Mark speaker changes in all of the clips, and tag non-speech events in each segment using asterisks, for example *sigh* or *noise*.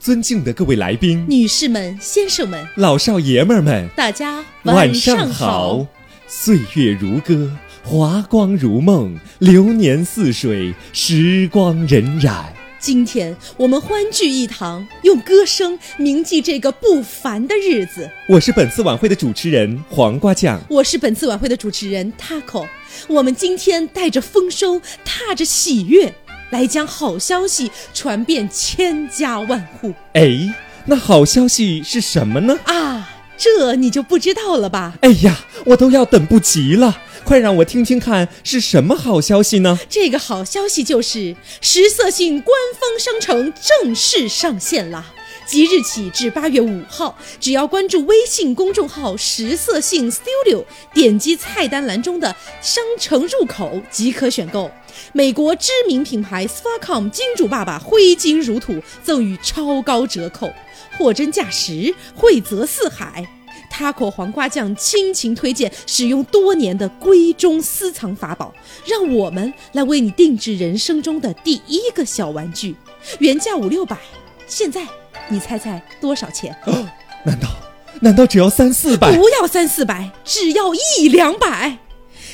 Speaker 1: 尊敬的各位来宾、
Speaker 2: 女士们、先生们，
Speaker 1: 老少爷们儿们，
Speaker 2: 大家
Speaker 1: 晚
Speaker 2: 上
Speaker 1: 好！岁月如歌，华光如梦，流年似水，时光荏苒。
Speaker 2: 今天我们欢聚一堂，用歌声铭记这个不凡的日子。
Speaker 1: 我是本次晚会的主持人黄瓜酱，
Speaker 2: 我是本次晚会的主持人 Taco。我们今天带着丰收，踏着喜悦，来将好消息传遍千家万户。
Speaker 1: 哎，那好消息是什么呢？
Speaker 2: 啊，这你就不知道了吧？
Speaker 1: 哎呀，我都要等不及了。快让我听听看是什么好消息呢？
Speaker 2: 这个好消息就是十色信官方商城正式上线啦！即日起至八月五号，只要关注微信公众号“十色信 Studio”，点击菜单栏中的商城入口即可选购。美国知名品牌 Swacom 金主爸爸挥金如土，赠予超高折扣，货真价实，惠泽四海。Taco 黄瓜酱亲情推荐使用多年的闺中私藏法宝，让我们来为你定制人生中的第一个小玩具，原价五六百，现在你猜猜多少钱？
Speaker 1: 哦、难道难道只要三四百？
Speaker 2: 不要三四百，只要一两百。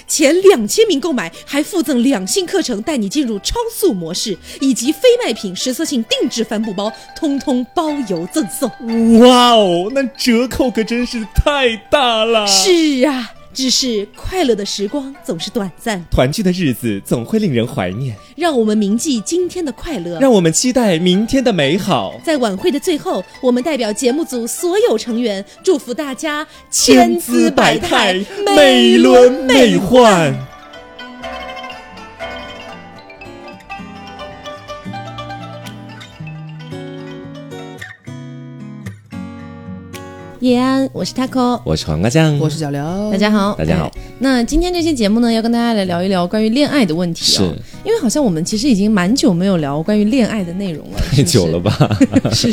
Speaker 2: 前两千名购买还附赠两性课程，带你进入超速模式，以及非卖品实色性定制帆布包，通通包邮赠
Speaker 1: 送。哇哦，那折扣可真是太大了！
Speaker 2: 是啊，只是快乐的时光总是短暂，
Speaker 1: 团聚的日子总会令人怀念。
Speaker 2: 让我们铭记今天的快乐，
Speaker 1: 让我们期待明天的美好。
Speaker 2: 在晚会的最后，我们代表节目组所有成员，祝福大家千姿百态、
Speaker 1: 美轮美奂。
Speaker 2: 叶安，我是 Taco，
Speaker 1: 我是黄瓜酱，
Speaker 3: 我是小刘，
Speaker 2: *laughs* 大家好，
Speaker 1: 嗯大家好、
Speaker 2: 哎。那今天这期节目呢，要跟大家来聊一聊关于恋爱的问题
Speaker 1: 啊、哦，
Speaker 2: 因为好像我们其实已经蛮久没有聊关于恋爱的内容了，
Speaker 1: 太 *laughs* 久了吧？
Speaker 3: 是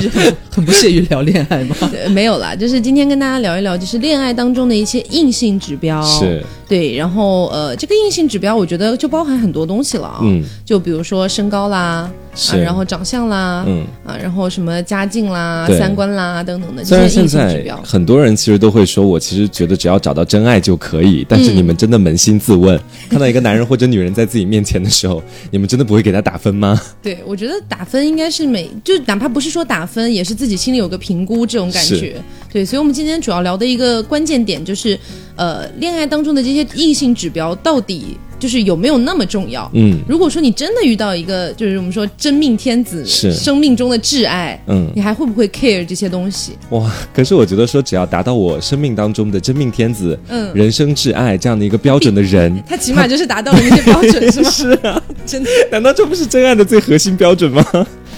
Speaker 3: 很不屑于聊
Speaker 2: *laughs*
Speaker 3: 恋爱吗？
Speaker 2: 没有啦，就是今天跟大家聊一聊，就是恋爱当中的一些硬性指标，
Speaker 1: 是
Speaker 2: 对，然后呃，这个硬性指标我觉得就包含很多东西了啊、哦，嗯，就比如说身高啦。
Speaker 1: 是、
Speaker 2: 啊，然后长相啦，
Speaker 1: 嗯，
Speaker 2: 啊，然后什么家境啦、三观啦等等的
Speaker 1: 这些
Speaker 2: 硬性指标。
Speaker 1: 很多人其实都会说，我其实觉得只要找到真爱就可以。但是你们真的扪心自问，嗯、 *laughs* 看到一个男人或者女人在自己面前的时候， *laughs* 你们真的不会给他打分吗？
Speaker 2: 对，我觉得打分应该是每就哪怕不是说打分，也是自己心里有个评估这种感觉。对，所以我们今天主要聊的一个关键点就是，呃，恋爱当中的这些硬性指标到底。就是有没有那么重要？
Speaker 1: 嗯，
Speaker 2: 如果说你真的遇到一个，就是我们说真命天子，
Speaker 1: 是
Speaker 2: 生命中的挚爱， *laughs*
Speaker 1: 嗯，
Speaker 2: 你还会不会 care 这些东西？
Speaker 1: 哇！可是我觉得说，只要达到我生命当中的真命天子，
Speaker 2: 嗯，
Speaker 1: 人生挚爱这样的一个标准的人，
Speaker 2: 他起码就是达到了那些标准，是吗？
Speaker 1: 是啊，
Speaker 2: 真的？
Speaker 1: 难道这不是真爱的最核心标准吗？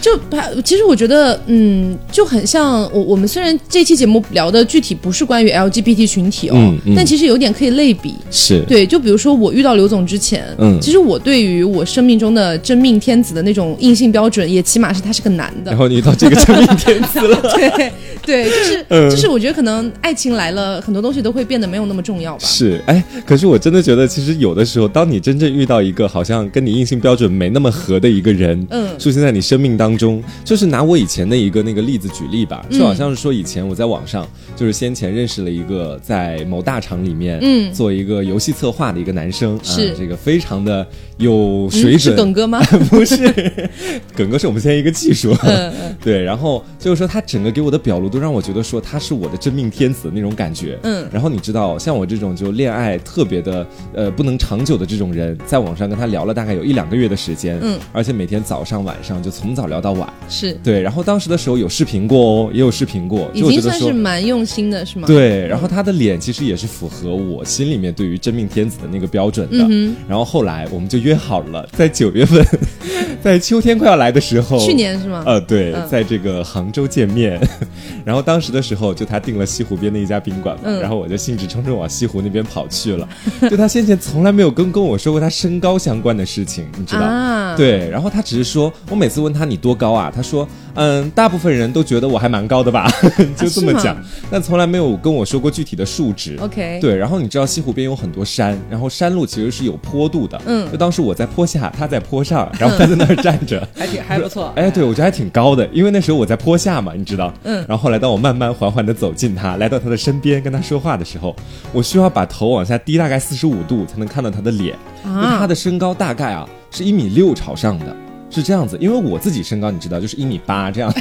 Speaker 2: 就把，其实我觉得，嗯，就很像我我们虽然这期节目聊的具体不是关于 LGBT 群体哦，
Speaker 1: 嗯嗯、
Speaker 2: 但其实有点可以类比，
Speaker 1: 是
Speaker 2: 对，就比如说我遇到刘总之前，
Speaker 1: 嗯，
Speaker 2: 其实我对于我生命中的真命天子的那种硬性标准，也起码是他是个男的，
Speaker 1: 然后你遇到这个真命 *laughs* 天子了，
Speaker 2: *laughs* 对对，就是、嗯、就是我觉得可能爱情来了，很多东西都会变得没有那么重要吧。
Speaker 1: 是，哎，可是我真的觉得，其实有的时候，当你真正遇到一个好像跟你硬性标准没那么合的一个人，
Speaker 2: 嗯，
Speaker 1: 出现在你生命当。当中，就是拿我以前的一个那个例子举例吧，就好像是说以前我在网上，就是先前认识了一个在某大厂里面，
Speaker 2: 嗯，
Speaker 1: 做一个游戏策划的一个男生，
Speaker 2: 是、
Speaker 1: 啊、这个非常的有水准，嗯、
Speaker 2: 是耿哥吗？
Speaker 1: *laughs* 不是，耿哥是我们现在一个技术，
Speaker 2: 嗯、
Speaker 1: *laughs* 对，然后就是说他整个给我的表露都让我觉得说他是我的真命天子那种感觉，
Speaker 2: 嗯，
Speaker 1: 然后你知道像我这种就恋爱特别的呃不能长久的这种人，在网上跟他聊了大概有一两个月的时间，
Speaker 2: 嗯，
Speaker 1: 而且每天早上晚上就从早聊。到晚
Speaker 2: 是
Speaker 1: 对，然后当时的时候有视频过哦，也有视频过，
Speaker 2: 已经算是蛮用心的，是吗？嗯
Speaker 1: 对，然后他的脸其实也是符合我心里面对于真命天子的那个标准的。
Speaker 2: 嗯、
Speaker 1: 然后后来我们就约好了，在九月份， *laughs* 在秋天快要来的时候，
Speaker 2: 去年是吗？
Speaker 1: 呃，对，
Speaker 2: 嗯、
Speaker 1: 在这个杭州见面。 *laughs* 然后当时的时候，就他订了西湖边的一家宾馆嘛，
Speaker 2: 嗯
Speaker 1: 然后我就兴致冲冲往西湖那边跑去了。 *laughs* 就他先前从来没有跟跟我说过他身高相关的事情，你知道？
Speaker 2: 啊
Speaker 1: 对，然后他只是说，我每次问他你多高啊，他说，嗯，大部分人都觉得我还蛮高的吧， *laughs* 就这么
Speaker 2: 啊是吗
Speaker 1: 讲，但从来没有跟我说过具体的数值。
Speaker 2: OK
Speaker 1: 对，然后你知道西湖边有很多山，然后山路其实是有坡度的，
Speaker 2: 嗯
Speaker 1: 就当时我在坡下，他在坡上，然后他在那儿站着。
Speaker 3: 还挺还不错。
Speaker 1: 哎，对，我觉得还挺高的，因为那时候我在坡下嘛，你知道。
Speaker 2: 嗯
Speaker 1: 然后后来，当我慢慢缓缓的走近他，来到他的身边，跟他说话的时候，我需要把头往下低大概四十五度才能看到他的脸。因为他的身高大概啊是一米六朝上的，是这样子。因为我自己身高你知道，就是一米八这样子。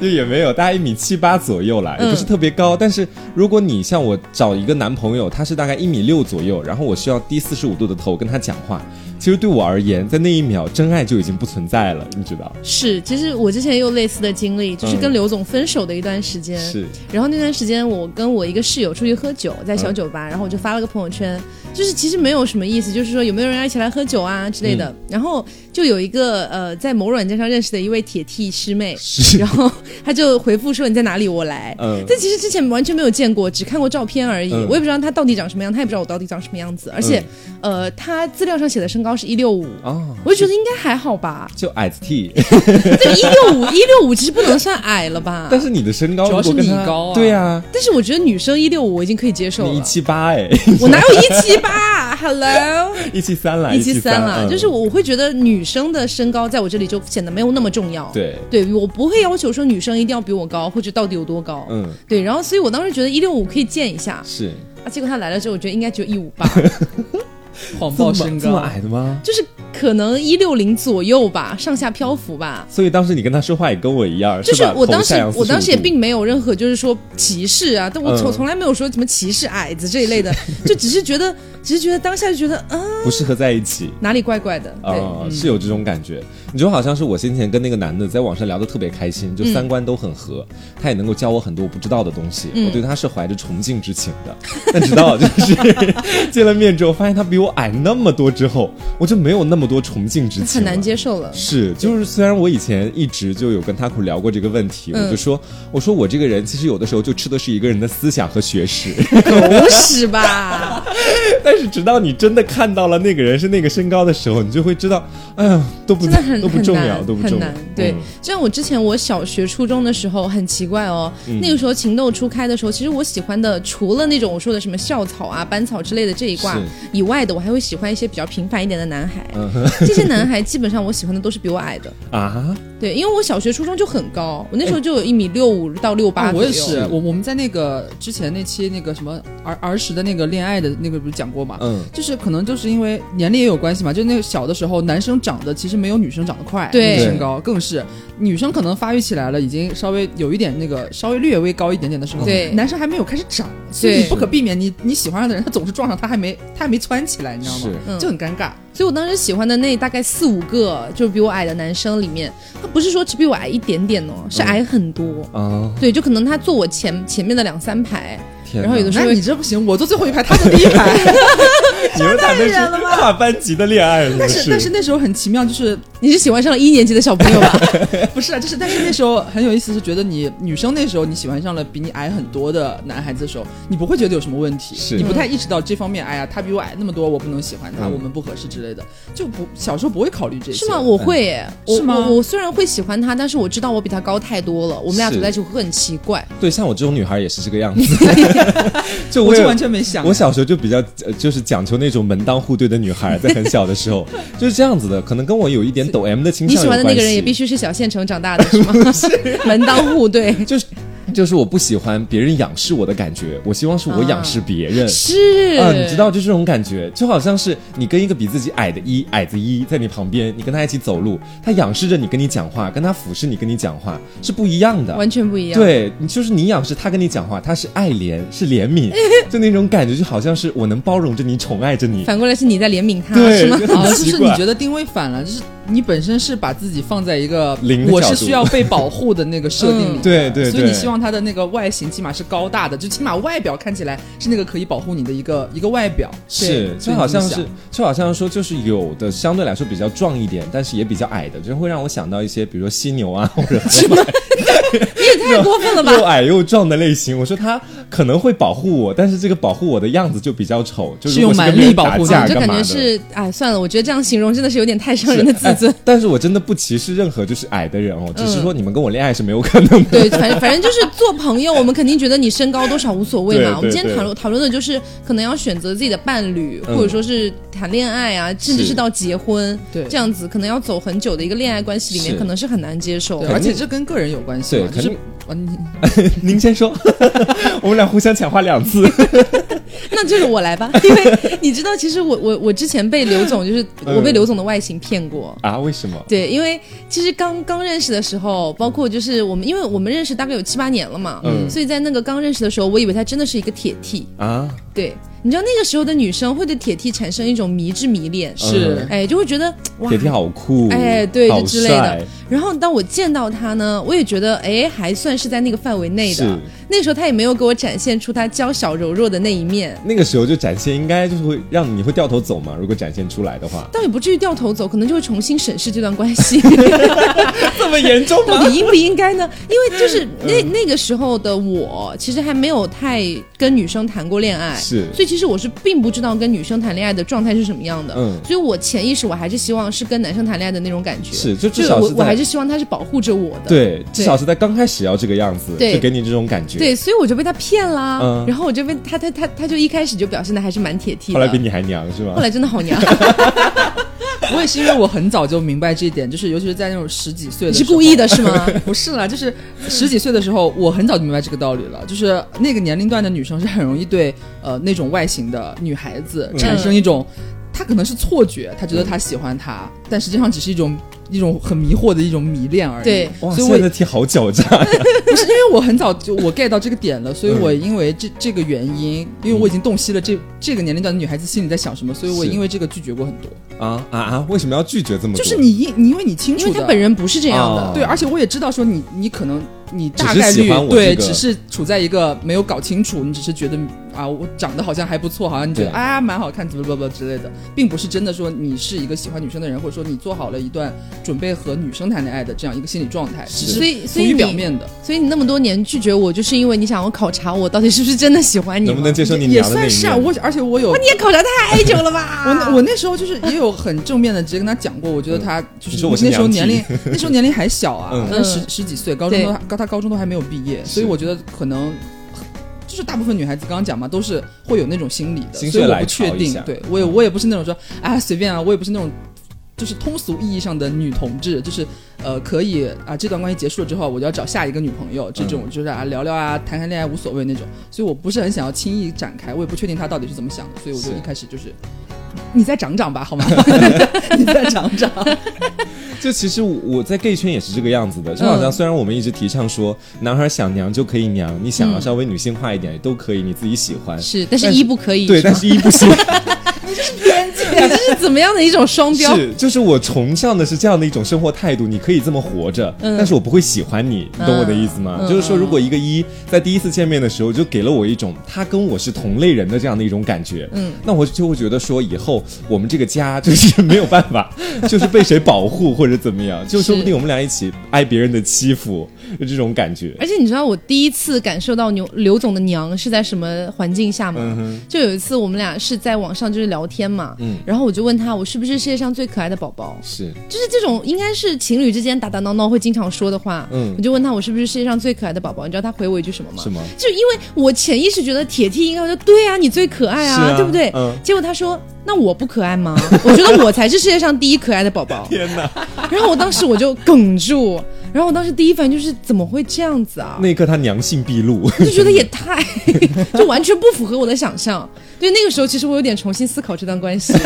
Speaker 1: 就也没有，大概一米七八左右啦，也不是特别高。但是如果你像我找一个男朋友，他是大概一米六左右，然后我需要低四十五度的头跟他讲话，其实对我而言，在那一秒，真爱就已经不存在了，你知道？
Speaker 2: 是，其实我之前也有类似的经历，就是跟
Speaker 1: 嗯
Speaker 2: 刘总分手的一段时间。
Speaker 1: 是
Speaker 2: 然后那段时间，我跟我一个室友出去喝酒，在小
Speaker 1: 嗯
Speaker 2: 酒吧，然后我就发了个朋友圈，就是其实没有什么意思，就是说有没有人要一起来喝酒啊之类
Speaker 1: 嗯
Speaker 2: 的。然后就有一个呃，在某软件上认识的一位铁 T 师妹，
Speaker 1: *laughs* 是
Speaker 2: 然， *laughs* 后她就回复说你在哪里，我来。
Speaker 1: 嗯
Speaker 2: 但其实之前完全没有见过，只看过照片而已，
Speaker 1: 嗯
Speaker 2: 我也不知道她到底长什么样，她也不知道我到底长什么样子。而且，
Speaker 1: 嗯
Speaker 2: 呃，她资料上写的身高是一六五，
Speaker 1: 啊，。
Speaker 2: 我就觉得应该还好吧
Speaker 1: *laughs* 就矮子 T，
Speaker 2: 对，啊一六五一六五其实不能算矮了吧？
Speaker 1: 但是你的身高
Speaker 3: 主要
Speaker 1: 如果
Speaker 3: 是
Speaker 1: 跟
Speaker 3: 你
Speaker 1: 他
Speaker 3: 高啊
Speaker 1: 对啊，
Speaker 2: 但是我觉得女生一六五我已经可以接受
Speaker 1: 你一
Speaker 2: 了，
Speaker 1: 七八哎， *laughs*
Speaker 2: 我哪有一七八啊 *laughs* ？Hello，
Speaker 1: 一七三啦，
Speaker 2: 一七三
Speaker 1: 啦，嗯
Speaker 2: 了，就是我我会觉得女生的身高在我这里就显得没有那么重要。，
Speaker 1: 对，
Speaker 2: 对我不会要求说女生一定要比我高，或者到底有多高。
Speaker 1: 嗯，
Speaker 2: 对，然后所以我当时觉得一六五可以见一下，
Speaker 1: 是。
Speaker 2: 啊，结果他来了之后，我觉得应该只有一五
Speaker 1: *laughs*
Speaker 2: 八，
Speaker 3: 谎
Speaker 1: 这
Speaker 3: 报
Speaker 1: 么
Speaker 3: 身
Speaker 1: 这么
Speaker 3: 高，哎
Speaker 1: 矮的吗？
Speaker 2: 就是可能一六零左右吧，上下漂浮吧。
Speaker 1: 所以当时你跟他说话也跟我一样，
Speaker 2: 就是
Speaker 1: 吧
Speaker 2: 我当时
Speaker 1: 头下扬，45
Speaker 2: 我当时也
Speaker 1: 度
Speaker 2: 并没有任何就是说歧视啊，但我从
Speaker 1: 嗯
Speaker 2: 从来没有说什么歧视矮子这
Speaker 1: *laughs*
Speaker 2: 一类的，就只是觉得，只是觉得当下就觉得，嗯，
Speaker 1: 不适合在一起。
Speaker 2: 哪里怪怪的，
Speaker 1: 啊、
Speaker 2: 对，
Speaker 1: 是有这种感觉。你就好像是我先前跟那个男的在网上聊得特别开
Speaker 2: 嗯
Speaker 1: 心，就三观都很合，他也能够教我很多我不知道的东西。
Speaker 2: 嗯
Speaker 1: 我对他是怀着崇敬之情的， *laughs* 但直到就是 *laughs* 见了面之后，发现他比我矮那么多之后，我就没有那么多崇敬之
Speaker 2: 那
Speaker 1: 情
Speaker 2: 很
Speaker 1: 了。
Speaker 2: 难接受了。
Speaker 1: 是，就是虽然我以前一直就有跟 Taco 聊过这个问题，
Speaker 2: 嗯
Speaker 1: 我就说，我说我这个人其实有的时候就吃的是一个人的思想和学识，
Speaker 2: 狗屎
Speaker 1: *laughs*
Speaker 2: 吧！
Speaker 1: 但是直到你真的看到了那个人是那个身高的时候，你就会知道，哎呀，都不
Speaker 2: 真的很
Speaker 1: 都不重要，
Speaker 2: 很难
Speaker 1: 都不重
Speaker 2: 很
Speaker 1: 要
Speaker 2: 难。。对，
Speaker 1: 嗯
Speaker 2: 就像我之前我小学、初中的时候很奇怪哦，
Speaker 1: 嗯
Speaker 2: 那个时候情窦初开的时候，其实我喜欢的除了那种我说的什么校草啊、班草之类的这一挂
Speaker 1: 是嗯
Speaker 2: 以外的，我还会喜欢一些比较平凡一点的男孩。 *laughs*
Speaker 1: *laughs*
Speaker 2: 这些男孩基本上我喜欢的都是比我矮的，
Speaker 1: 啊，
Speaker 2: 对，因为我小学、初中就很高，我那时候就有一米六五到六八、
Speaker 3: 啊我也是，我我们在那个之前那期那个什么儿儿时的那个恋爱的那个不是讲过嘛？
Speaker 1: 嗯，
Speaker 3: 就是可能就是因为年龄也有关系嘛，就那个小的时候，男生长得其实没有女生长得快，
Speaker 2: 对
Speaker 3: 那个身高更是女生可能发育起来了，已经稍微有一点那个稍微略微高一点点的时候，
Speaker 2: 对
Speaker 3: 男生还没有开始长，所以
Speaker 2: 对
Speaker 3: 你不可避免你你喜欢上的人，他总是撞上，他还没他还没窜起来，你知道
Speaker 1: 是
Speaker 3: 吗？
Speaker 2: 嗯
Speaker 3: 就很尴尬。
Speaker 2: 所以我当时喜欢的那大概四五个就是比我矮的男生里面，他不是说只比我矮一点点哦，
Speaker 1: 嗯
Speaker 2: 是矮很多。
Speaker 1: 啊，
Speaker 2: 对，就可能他坐我前前面的两三排，
Speaker 1: 天
Speaker 2: 然后有的
Speaker 1: 哪
Speaker 2: 时
Speaker 3: 那
Speaker 2: 候
Speaker 3: 你这不行，我坐最后一排，他坐第一排。
Speaker 2: *laughs*
Speaker 1: 你们俩那是跨班级的恋爱了，
Speaker 3: 但
Speaker 1: 是
Speaker 3: 是但是那时候很奇妙，就是
Speaker 2: 你是喜欢上了一年级的小朋
Speaker 1: *laughs*
Speaker 2: 友吧？
Speaker 3: 不是啊，就是但是那时候很有意思，是觉得你女生那时候你喜欢上了比你矮很多的男孩子的时候，你不会觉得有什么问题，
Speaker 1: 是
Speaker 3: 你不太意识到这方面，哎呀，他比我矮那么多，我不能喜欢他，
Speaker 1: 嗯
Speaker 3: 我们不合适之类的，就不小时候不会考虑这些，
Speaker 2: 是吗？我会
Speaker 1: 嗯
Speaker 2: 耶，我
Speaker 3: 是吗
Speaker 2: 我我虽然会喜欢他，但是我知道我比他高太多了，我们俩
Speaker 1: 是
Speaker 2: 走在一起会很奇怪。
Speaker 1: 对，像我这种女孩也是这个样
Speaker 2: *laughs*
Speaker 1: 子，就
Speaker 3: 我
Speaker 1: 也
Speaker 3: 就完全没想，
Speaker 1: 我小时候就比较呃就是讲求那种门当户对的女孩，在很小的
Speaker 2: *laughs*
Speaker 1: 时候就是这样子的，可能跟我有一点抖 M 的倾
Speaker 2: 你
Speaker 1: 向
Speaker 2: 喜欢的那个人也必
Speaker 1: 须。
Speaker 2: 须是小县城长
Speaker 1: *laughs*
Speaker 2: 大的，是吗？
Speaker 1: 啊
Speaker 2: 门当户对。
Speaker 1: 就是就是我不喜欢别人仰视我的感觉，我希望是我仰视别人。
Speaker 2: 是
Speaker 1: 啊，你知道，就这种感觉，就好像是你跟一个比自己矮的一矮子一在你旁边，你跟他一起走路，他仰视着你跟你讲话，跟他俯视你跟你讲话是不一样的。
Speaker 2: 完全不一样。，
Speaker 1: 对，你就是你仰视他跟你讲话，他是爱怜，是怜悯，就那种感觉，就好像是我能包容着你，宠爱着你。
Speaker 2: 反过来是你在怜悯他，
Speaker 1: 对，
Speaker 2: 是吗？
Speaker 1: 就 *laughs*
Speaker 3: 啊，
Speaker 1: 很
Speaker 3: 就
Speaker 1: 奇
Speaker 3: 是你
Speaker 1: 怪。
Speaker 3: 觉得定位反了，就是你本身是把自己放在一个
Speaker 1: 零的
Speaker 3: 我
Speaker 1: 角
Speaker 3: 是
Speaker 1: 度，
Speaker 3: 需要被保护的那个设定里
Speaker 1: 对对
Speaker 3: 所以你
Speaker 1: 对
Speaker 3: 希望他的那个外形起码是高大的，就起码外表看起来是那个可以保护你的一个一个外表。
Speaker 1: 是，
Speaker 3: 所
Speaker 1: 就
Speaker 3: 以
Speaker 1: 好像
Speaker 3: 你
Speaker 1: 是
Speaker 3: 想，
Speaker 1: 就好像说，就是有的相对来说比较壮一点，但是也比较矮的，就会让我想到一些，比如说犀牛啊，或
Speaker 2: *laughs*
Speaker 1: 者河马
Speaker 2: 你也太过分了
Speaker 1: *laughs*
Speaker 2: 吧！
Speaker 1: 又矮又壮的类型。我说他可能会保护我，但是这个保护我的样子就比较丑，就是如果
Speaker 3: 用
Speaker 1: 是跟
Speaker 3: 蛮力
Speaker 1: 别人
Speaker 3: 保
Speaker 1: 打
Speaker 3: 护的
Speaker 1: 架
Speaker 2: 啊就
Speaker 1: 干
Speaker 2: 感
Speaker 1: 嘛
Speaker 2: 觉
Speaker 1: 的。
Speaker 2: 是，哎，算了，我觉得这样形容真的是有点太伤人的自
Speaker 1: 哎
Speaker 2: 尊。嗯
Speaker 1: 但是我真的不歧视任何就是矮的人哦，只是说你们跟我恋爱是没有可能的。
Speaker 2: *laughs* 对，反反正就是做朋友，我们肯定觉得你身高多少无所谓
Speaker 1: 对
Speaker 2: 嘛。我们
Speaker 1: 对
Speaker 2: 今天
Speaker 1: 对
Speaker 2: 讨论讨论的就是可能要选择自己的伴侣，
Speaker 1: 嗯
Speaker 2: 或者说是谈恋爱啊，甚至
Speaker 1: 是
Speaker 2: 是到结婚，
Speaker 3: 对
Speaker 2: 这样子可能要走很久的一个恋爱关系里面，
Speaker 1: 是
Speaker 2: 可能是很难接受
Speaker 3: 对，
Speaker 2: 的。
Speaker 3: 哦而且这跟个人有关系嘛，
Speaker 1: 对
Speaker 3: 就是
Speaker 1: 肯定嗯
Speaker 3: 啊你
Speaker 1: *laughs* 您先说，我们俩互相抢话两次。 *laughs*
Speaker 2: 那就是我来吧， *laughs* 因为你知道，其实我我我之前被刘总，就是
Speaker 1: 嗯
Speaker 2: 我被刘总的外形骗过。
Speaker 1: 啊？为什么？
Speaker 2: 对，因为其实刚刚认识的时候，包括就是我们，因为我们认识大概有七八年了嘛，
Speaker 1: 嗯
Speaker 2: 所以在那个刚认识的时候，我以为他真的是一个铁 T。
Speaker 1: 啊，
Speaker 2: 对，你知道那个时候的女生会对铁 T 产生一种迷之迷恋，
Speaker 3: 是
Speaker 2: 哎，就会觉得哇
Speaker 1: 铁。梯好酷，
Speaker 2: 哎对
Speaker 1: 好
Speaker 2: 就之类的
Speaker 1: 帅
Speaker 2: 然后当我见到她呢，我也觉得哎，还算是在那个范围内
Speaker 1: 是
Speaker 2: 的。那时候她也没有给我展现出她娇小柔弱的那一面，，
Speaker 1: 那个时候就展现，应该就是会让你会掉头走嘛。如果展现出来的话
Speaker 2: *laughs* 倒也不至于掉头走，可能就会重新审视这段
Speaker 1: *laughs*
Speaker 2: 关系。
Speaker 1: 这么严重
Speaker 2: 到？底应不应该呢？因为就是
Speaker 1: 嗯
Speaker 2: 那那个时候的我，其实还没有太跟女生谈过恋爱，
Speaker 1: 是
Speaker 2: 所以其实我是并不知道跟女生谈恋爱的状态是什么样的。
Speaker 1: 嗯
Speaker 2: 所以我潜意识我还是希望是跟男生谈恋爱的那种感觉，
Speaker 1: 是就至
Speaker 2: 就
Speaker 1: 少
Speaker 2: 我
Speaker 1: 是
Speaker 2: 我还
Speaker 1: 在
Speaker 2: 是希望他是保护着我的。
Speaker 1: 对，至少是在刚开始要这个样子，
Speaker 2: 对
Speaker 1: 就给你这种感觉。，
Speaker 2: 对，所以我就被他骗啦，
Speaker 1: 嗯
Speaker 2: 然后我就被他他他他就一开始就表现的还是蛮铁 T 的，
Speaker 1: 后来比你还娘是
Speaker 2: *laughs* 后
Speaker 1: 吗？
Speaker 2: 来真的
Speaker 1: *laughs*
Speaker 2: 好娘，
Speaker 3: 我也是因为我很早就明白这一点，就是尤其是在那种十几岁
Speaker 2: 你是
Speaker 3: 的，
Speaker 2: 故意。的
Speaker 1: *laughs*
Speaker 2: 是吗？
Speaker 3: *laughs* 不是啦，就是十几岁的时候，我很早就明白这个道理了。就是那个年龄段的女生是很容易对呃那种外形的女孩子
Speaker 1: 嗯
Speaker 3: 产生一种，她可能是错觉，她觉得她喜欢她，但实际上只是一种一种很迷惑的一种迷恋而已。
Speaker 2: 对
Speaker 1: 哇，
Speaker 3: 所
Speaker 1: 现
Speaker 3: 以我
Speaker 1: 在的题好狡诈，
Speaker 3: 不是因为我很早就我 get 到这个点了，
Speaker 1: 嗯
Speaker 3: 所以我因为这这个原因，因为我已经洞悉了这这个年龄段的女孩子心里在想什么，所以我
Speaker 1: 是
Speaker 3: 因为这个拒绝过很多。
Speaker 1: 啊啊啊！为什么要拒绝这么多？
Speaker 3: 就是你因你因为你清楚
Speaker 2: 因
Speaker 3: 的，
Speaker 2: 为他本人不是这样的，
Speaker 1: 哦
Speaker 3: 对，而且我也知道说你你可能你
Speaker 1: 只
Speaker 3: 大
Speaker 1: 是
Speaker 3: 概
Speaker 1: 喜
Speaker 3: 率
Speaker 1: 欢我
Speaker 3: 对，
Speaker 1: 这个
Speaker 3: 只是处在一个没有搞清楚，你只是觉得啊我长得好像还不错，好像你觉得
Speaker 1: 对
Speaker 3: 啊蛮好看，怎么怎么之类的，并不是真的说你是一个喜欢女生的人，或者说你做好了一段准备和女生谈恋爱的这样一个心理状态，只
Speaker 2: 所
Speaker 3: 是
Speaker 2: 以
Speaker 3: 浮
Speaker 2: 所以
Speaker 3: 于
Speaker 2: 你
Speaker 3: 表面的。
Speaker 2: 所以你那么多年拒绝我，就是因为你想要考察我到底是不是真的喜欢你吗
Speaker 1: 能不能接受你
Speaker 3: 也
Speaker 1: 娘的那
Speaker 3: 算
Speaker 1: 一
Speaker 3: 是啊，
Speaker 1: 面？
Speaker 3: 我而且我有？
Speaker 2: 你也考察太久了
Speaker 1: *laughs*
Speaker 2: 吧
Speaker 3: 我那我那时候就是也有很正面的直接跟他讲过，我觉得他就
Speaker 1: 嗯你
Speaker 3: 是
Speaker 1: 说我是
Speaker 3: 那时候
Speaker 1: 娘
Speaker 3: 年
Speaker 1: 体
Speaker 3: 龄 *laughs* 那时候年龄还小啊
Speaker 1: 嗯，
Speaker 3: 那十十几岁，高中都
Speaker 2: 对
Speaker 3: 还高他高中都还没有毕业，所
Speaker 1: 是
Speaker 3: 以我觉得可能就是大部分女孩子刚刚讲嘛，都是会有那种心理的，
Speaker 1: 心
Speaker 3: 所以
Speaker 1: 血
Speaker 3: 我
Speaker 1: 来
Speaker 3: 不确
Speaker 1: 潮一
Speaker 3: 定
Speaker 1: 下，嗯
Speaker 3: 对我也我也不是那种说啊随便啊，我也不是那种。就是通俗意义上的女同志，就是呃，可以啊，这段关系结束了之后，我就要找下一个女朋友，这种就是啊，聊聊啊，谈谈恋爱无所谓那种，所以我不是很想要轻易展开，我也不确定他到底是怎么想的，所以我就是一开始就是你再长长吧， *laughs* 好吗？你再长长，
Speaker 1: 就其实我我在 gay 圈也是这个样子的，
Speaker 2: 嗯
Speaker 1: 就好像虽然我们一直提倡说男孩想娘就可以娘，你想要稍微女性化一点也都可以，你自己喜欢。
Speaker 2: 嗯是，但是
Speaker 1: 但是
Speaker 2: 一不可以。
Speaker 1: 对，
Speaker 2: 是
Speaker 1: 但
Speaker 2: *laughs* 吗
Speaker 1: 是一不行。
Speaker 2: 你这是怎么样的一种双
Speaker 1: *laughs*
Speaker 2: 标？
Speaker 1: 是，就是我崇尚的是这样的一种生活态度，你可以这么活着，
Speaker 2: 嗯
Speaker 1: 但是我不会喜欢你，你懂我的意思吗？
Speaker 2: 嗯
Speaker 1: 就是说，如果一个一在第一次见面的时候就给了我一种他跟我是同类人的这样的一种感觉，嗯，那我就会觉得说以后我们这个家就是没有办法，就是被谁保护或者怎么样，就说不定我们俩一起挨别人的欺负，就这种感觉。
Speaker 2: 而且你知道我第一次感受到牛刘总的娘是在什么环境下
Speaker 1: 嗯
Speaker 2: 吗？就有一次我们俩是在网上就是聊天嘛，
Speaker 1: 嗯
Speaker 2: 然后我就问他我是不是世界上最可爱的宝宝，
Speaker 1: 是，
Speaker 2: 就是这种应该是情侣之间打打闹闹会经常说的话，
Speaker 1: 嗯
Speaker 2: 我就问他我是不是世界上最可爱的宝宝，你知道他回我一句什么吗？
Speaker 1: 什么
Speaker 2: 就因为我潜意识觉得铁 T 应该说对啊，你最可爱
Speaker 1: 是
Speaker 2: 啊，
Speaker 1: 啊
Speaker 2: 对不对？
Speaker 1: 嗯
Speaker 2: 结果他说那我不可爱吗？我觉得我才是世界上第一可爱的宝宝。
Speaker 1: 天哪！
Speaker 2: 然后我当时我就哽住，然后我当时第一反应就是怎么会这样子啊？
Speaker 1: 那一刻他娘性毕
Speaker 2: *laughs*
Speaker 1: 露，
Speaker 2: 我就觉得也太， *laughs* 就完全不符合我的想象。对，那个时候其实我有点重新思考这段关系。 *laughs*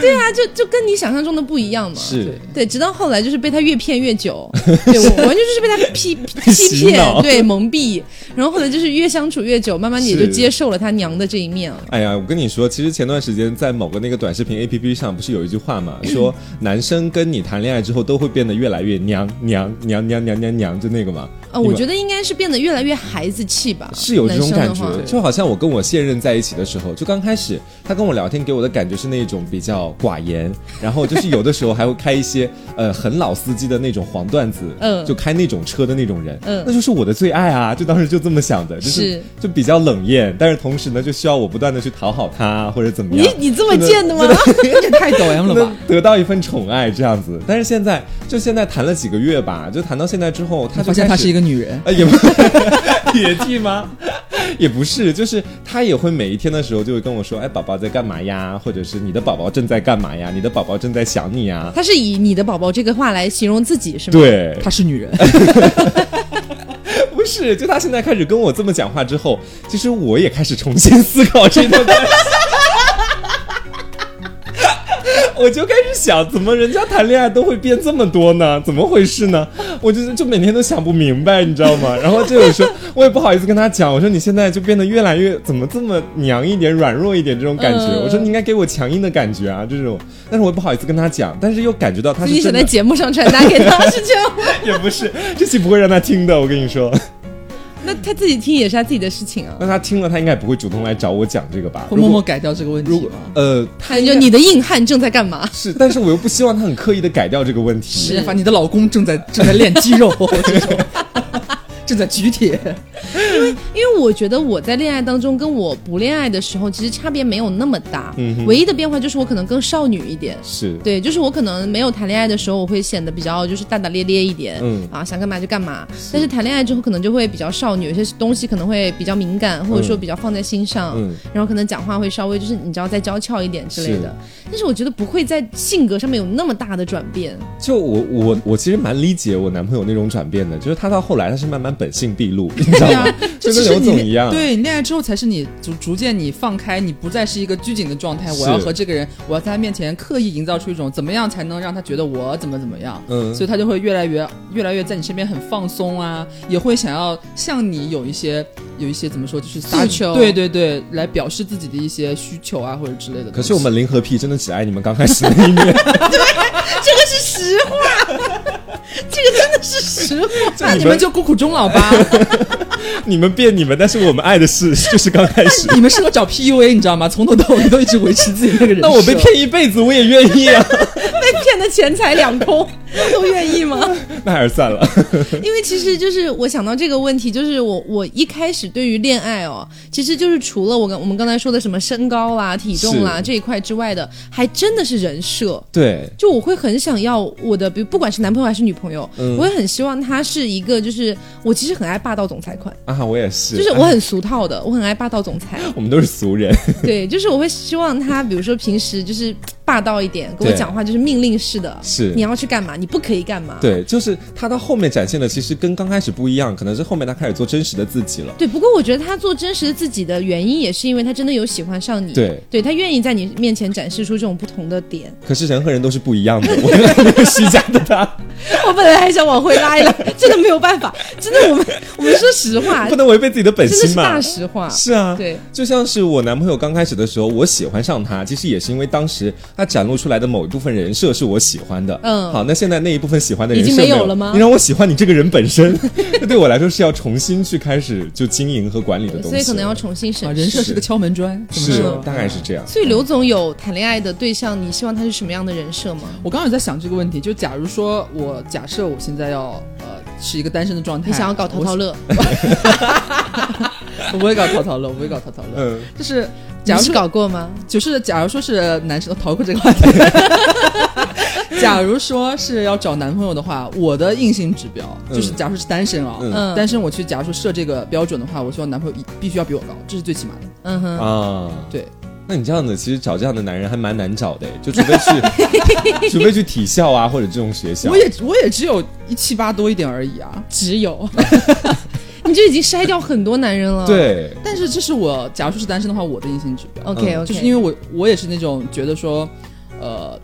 Speaker 2: 对啊，就就跟你想象中的不一样嘛。
Speaker 1: 是
Speaker 2: 对，直到后来就是被他越骗越
Speaker 1: *laughs*
Speaker 2: 久，对我完全就是被他欺欺
Speaker 1: 洗
Speaker 2: 骗，
Speaker 1: 脑
Speaker 2: 对蒙蔽，然后后来就是越相处越久，慢慢也就是接受了他娘的这一面了。
Speaker 1: 哎呀，我跟你说，其实前段时间在某个那个短视频 APP 上，不是有一句话
Speaker 2: *clears throat*
Speaker 1: 嘛，说男生跟你谈恋爱之后都会变得越来越娘娘娘娘娘娘娘，就那个嘛。
Speaker 2: 啊，
Speaker 1: 你
Speaker 2: 我
Speaker 1: 们
Speaker 2: 觉得应该是变得越来越孩子气吧，
Speaker 1: 是有这种感
Speaker 2: 男生的
Speaker 1: 觉，
Speaker 2: 话
Speaker 1: 就好像我跟我现任在一起的时候，就刚开始他跟我聊天，给我的感觉是那种比较寡言，然后就是有的时候还会开一些呃很老司机的那种黄段子，
Speaker 2: 嗯
Speaker 1: 就开那种车的那种人，
Speaker 2: 嗯
Speaker 1: 那就是我的最爱啊，就当时就这么想的，就是
Speaker 2: 是
Speaker 1: 就比较冷艳，但是同时呢，就需要我不断的去讨好他或者怎么
Speaker 2: 你
Speaker 1: 样。
Speaker 2: 你这么贱的吗？
Speaker 3: 这也太抖 M 了 *laughs* 吧
Speaker 1: 能？得到一份宠爱这样子，但是现在就现在谈了几个月吧，就谈到现在之后，他就
Speaker 3: 发现她
Speaker 1: 开始
Speaker 3: 是一个女人，
Speaker 1: 呃，也不铁剃吗？ *laughs* 也不是，就是他也会每一天的时候就会跟我说，哎，宝宝在干嘛呀？或者是你的宝宝正在干嘛呀？你的宝宝正在想你呀？
Speaker 2: 他是以你的宝宝这个话来形容自己是吗？，
Speaker 1: 对，
Speaker 3: 她是女 *laughs* 人。
Speaker 1: 不是，就他现在开始跟我这么讲话之后，其实我也开始重新思考这段关系。 *laughs* 我就开始想，怎么人家谈恋爱都会变这么多呢？怎么回事呢？我就是就每天都想不明白，你知道吗？然后就有时候我也不好意思跟他讲，我说你现在就变得越来越怎么这么娘一点、软弱一点这种感觉。
Speaker 2: 嗯
Speaker 1: 我说你应该给我强硬的感觉啊，这种。但是我也不好意思跟他讲，但是又感觉到他
Speaker 2: 自
Speaker 1: 是
Speaker 2: 己想
Speaker 1: 真的
Speaker 2: 在，节目上传达给他 *laughs* 是这样吗？
Speaker 1: 也不是这期不会让他听的，我跟你说。
Speaker 2: 那他自己听也是他自己的事情啊。
Speaker 1: 那他听了，他应该不会主动来找我讲这个吧？
Speaker 3: 会
Speaker 1: 如
Speaker 3: 默
Speaker 1: 果
Speaker 3: 默改掉这个问题吗？
Speaker 1: 呃
Speaker 2: 还有就 *laughs* 你的硬汉正在干嘛？
Speaker 1: 是，但是我又不希望他很刻意的改掉这个问题。 *laughs*
Speaker 3: 是，啊发现你的老公正在正在练肌肉，这种 *laughs* 正在举铁。
Speaker 2: 因为我觉得我在恋爱当中跟我不恋爱的时候，其实差别没有那么大。
Speaker 1: 嗯哼
Speaker 2: 唯一的变化就是我可能更少女一点。
Speaker 1: 是
Speaker 2: 对，就是我可能没有谈恋爱的时候，我会显得比较就是大大咧咧一点，
Speaker 1: 嗯
Speaker 2: 啊，想干嘛就干嘛。但是谈恋爱之后，可能就会比较少女，有些东西可能会比较敏感，或者说比较放在心上，
Speaker 1: 嗯
Speaker 2: 然后可能讲话会稍微就是你知道再娇俏一点之类的。但是我觉得不会在性格上面有那么大的转变。
Speaker 1: 就我我我其实蛮理解我男朋友那种转变的，就是他到后来他是慢慢本性毕露，你知道吗？啊 *laughs* 就
Speaker 3: 啊就
Speaker 1: 跟
Speaker 3: 是
Speaker 1: 刘
Speaker 3: 你
Speaker 1: 总一样，
Speaker 3: 对你恋爱之后才是你逐逐渐你放开，你不再是一个拘谨的状态。我要
Speaker 1: 是
Speaker 3: 和这个人，我要在他面前刻意营造出一种怎么样才能让他觉得我怎么怎么样，
Speaker 1: 嗯
Speaker 3: 所以他就会越来越越来越在你身边很放松啊，也会想要向你有一些有一些怎么说就是
Speaker 2: 诉求
Speaker 3: 对对对，来表示自己的一些需求啊或者之类的东西。
Speaker 1: 可是我们零和 P 真的只爱你们刚开始那一年，
Speaker 2: *laughs* 这个是实话，这个真的是实话。
Speaker 3: *laughs* 那你们就孤苦终老吧，
Speaker 1: 你们变你们，但是我们爱的是就是刚开始。
Speaker 3: 你们适合找 PUA，你知道吗？从头到尾都一直维持自己那个人
Speaker 1: *laughs*
Speaker 3: 设。
Speaker 1: 那我被骗一辈子我也愿意啊，
Speaker 2: 被骗的钱财两空，都愿
Speaker 1: *laughs*
Speaker 2: 意吗？
Speaker 1: *laughs* 那还是算了。
Speaker 2: 因为其实就是我想到这个问题，就是我我一开始对于恋爱哦，其实就是除了我跟我们刚才说的什么身高啦、体重啦
Speaker 1: 是
Speaker 2: 这一块之外的，还真的是人设。
Speaker 1: 对，
Speaker 2: 就我会很想要我的，比如不管是男朋友还是女朋友，
Speaker 1: 嗯
Speaker 2: 我会很希望他是一个，就是我其实很爱霸道总裁款，
Speaker 1: 啊，我也是，
Speaker 2: 就是我很俗套的，我很爱霸道总裁。
Speaker 1: *laughs* 我们都是俗人， *laughs*
Speaker 2: 对，就是我会希望他，比如说平时就是霸道一点，跟我
Speaker 1: 对
Speaker 2: 讲话就是命令式的，
Speaker 1: 是
Speaker 2: 你要去干嘛，你不可以干嘛。
Speaker 1: 对，就是他到后面展现的其实跟刚开始不一样，可能是后面他开始做真实的自己了。
Speaker 2: 对，不过我觉得他做真实的自己的原因，也是因为他真的有喜欢上你，
Speaker 1: 对
Speaker 2: 他愿意在你面前展示出这种不同的点。 *laughs*
Speaker 1: 可是人和人都是不一样的，我看到那个虚假的
Speaker 2: *laughs*
Speaker 1: 他，
Speaker 2: 我本来还想往回
Speaker 1: *laughs*
Speaker 2: 拉一拉，真的没有办法，真的我们我们说实话，
Speaker 1: 不
Speaker 2: 真
Speaker 1: 能违背自己的本
Speaker 2: 的
Speaker 1: 心
Speaker 2: 啊是
Speaker 1: 嘛
Speaker 2: 大。实话，
Speaker 1: 是啊，
Speaker 2: 对，
Speaker 1: 就像是我男朋友刚开始的时候，我喜欢上他，其实也是因为当时他展露出来的某一部分人设是我喜欢的。
Speaker 2: 嗯
Speaker 1: 好，那现在那一部分喜欢的人设
Speaker 2: 已经没有
Speaker 1: 有
Speaker 2: 了吗
Speaker 1: 你让我喜欢你这个人本身， *laughs* 那对我来说是要重新去开始就经营和管理的东西，
Speaker 2: 所以可能要重新审
Speaker 3: 啊，
Speaker 2: 视。
Speaker 3: 人设是个敲门砖，怎么
Speaker 1: 是
Speaker 3: 说
Speaker 1: 大概是这样。
Speaker 2: 所以刘总有谈恋爱的对象，你希望他是什么样的人设吗？
Speaker 3: 我刚刚有在想这个问题，就假如说我假设我现在要呃是一个单身的状态，
Speaker 2: 你想要搞淘淘乐，
Speaker 3: 我，我不会搞淘淘乐，我不会搞淘淘
Speaker 2: *laughs*
Speaker 3: 乐，
Speaker 1: 嗯，
Speaker 3: 就是
Speaker 2: 你
Speaker 3: 假如
Speaker 2: 是
Speaker 3: 说
Speaker 2: 搞过吗？
Speaker 3: 就是假如说是男生哦逃过这个话题， *laughs* 假如说是要找男朋友的话，我的硬性指标就是
Speaker 1: 嗯
Speaker 3: 假如说是单身啊、
Speaker 1: 嗯
Speaker 2: 嗯，
Speaker 3: 单身我去假如说设这个标准的话，我希望男朋友一必须要比我高，这是最起码的。
Speaker 2: 嗯哼，
Speaker 1: 啊，
Speaker 3: 对。
Speaker 1: 那你这样子，其实找这样的男人还蛮难找的，哎就除非去， *laughs* 除非去体校啊，或者这种学校。
Speaker 3: 我也我也只有一七八多一点而已啊，
Speaker 2: 只有，你就已经筛掉很多男人了。
Speaker 1: 对，
Speaker 3: 但是这是我假如说是单身的话，我的硬性指标。
Speaker 2: ，OK
Speaker 1: 嗯
Speaker 2: OK，
Speaker 3: 就是因为我我也是那种觉得说，呃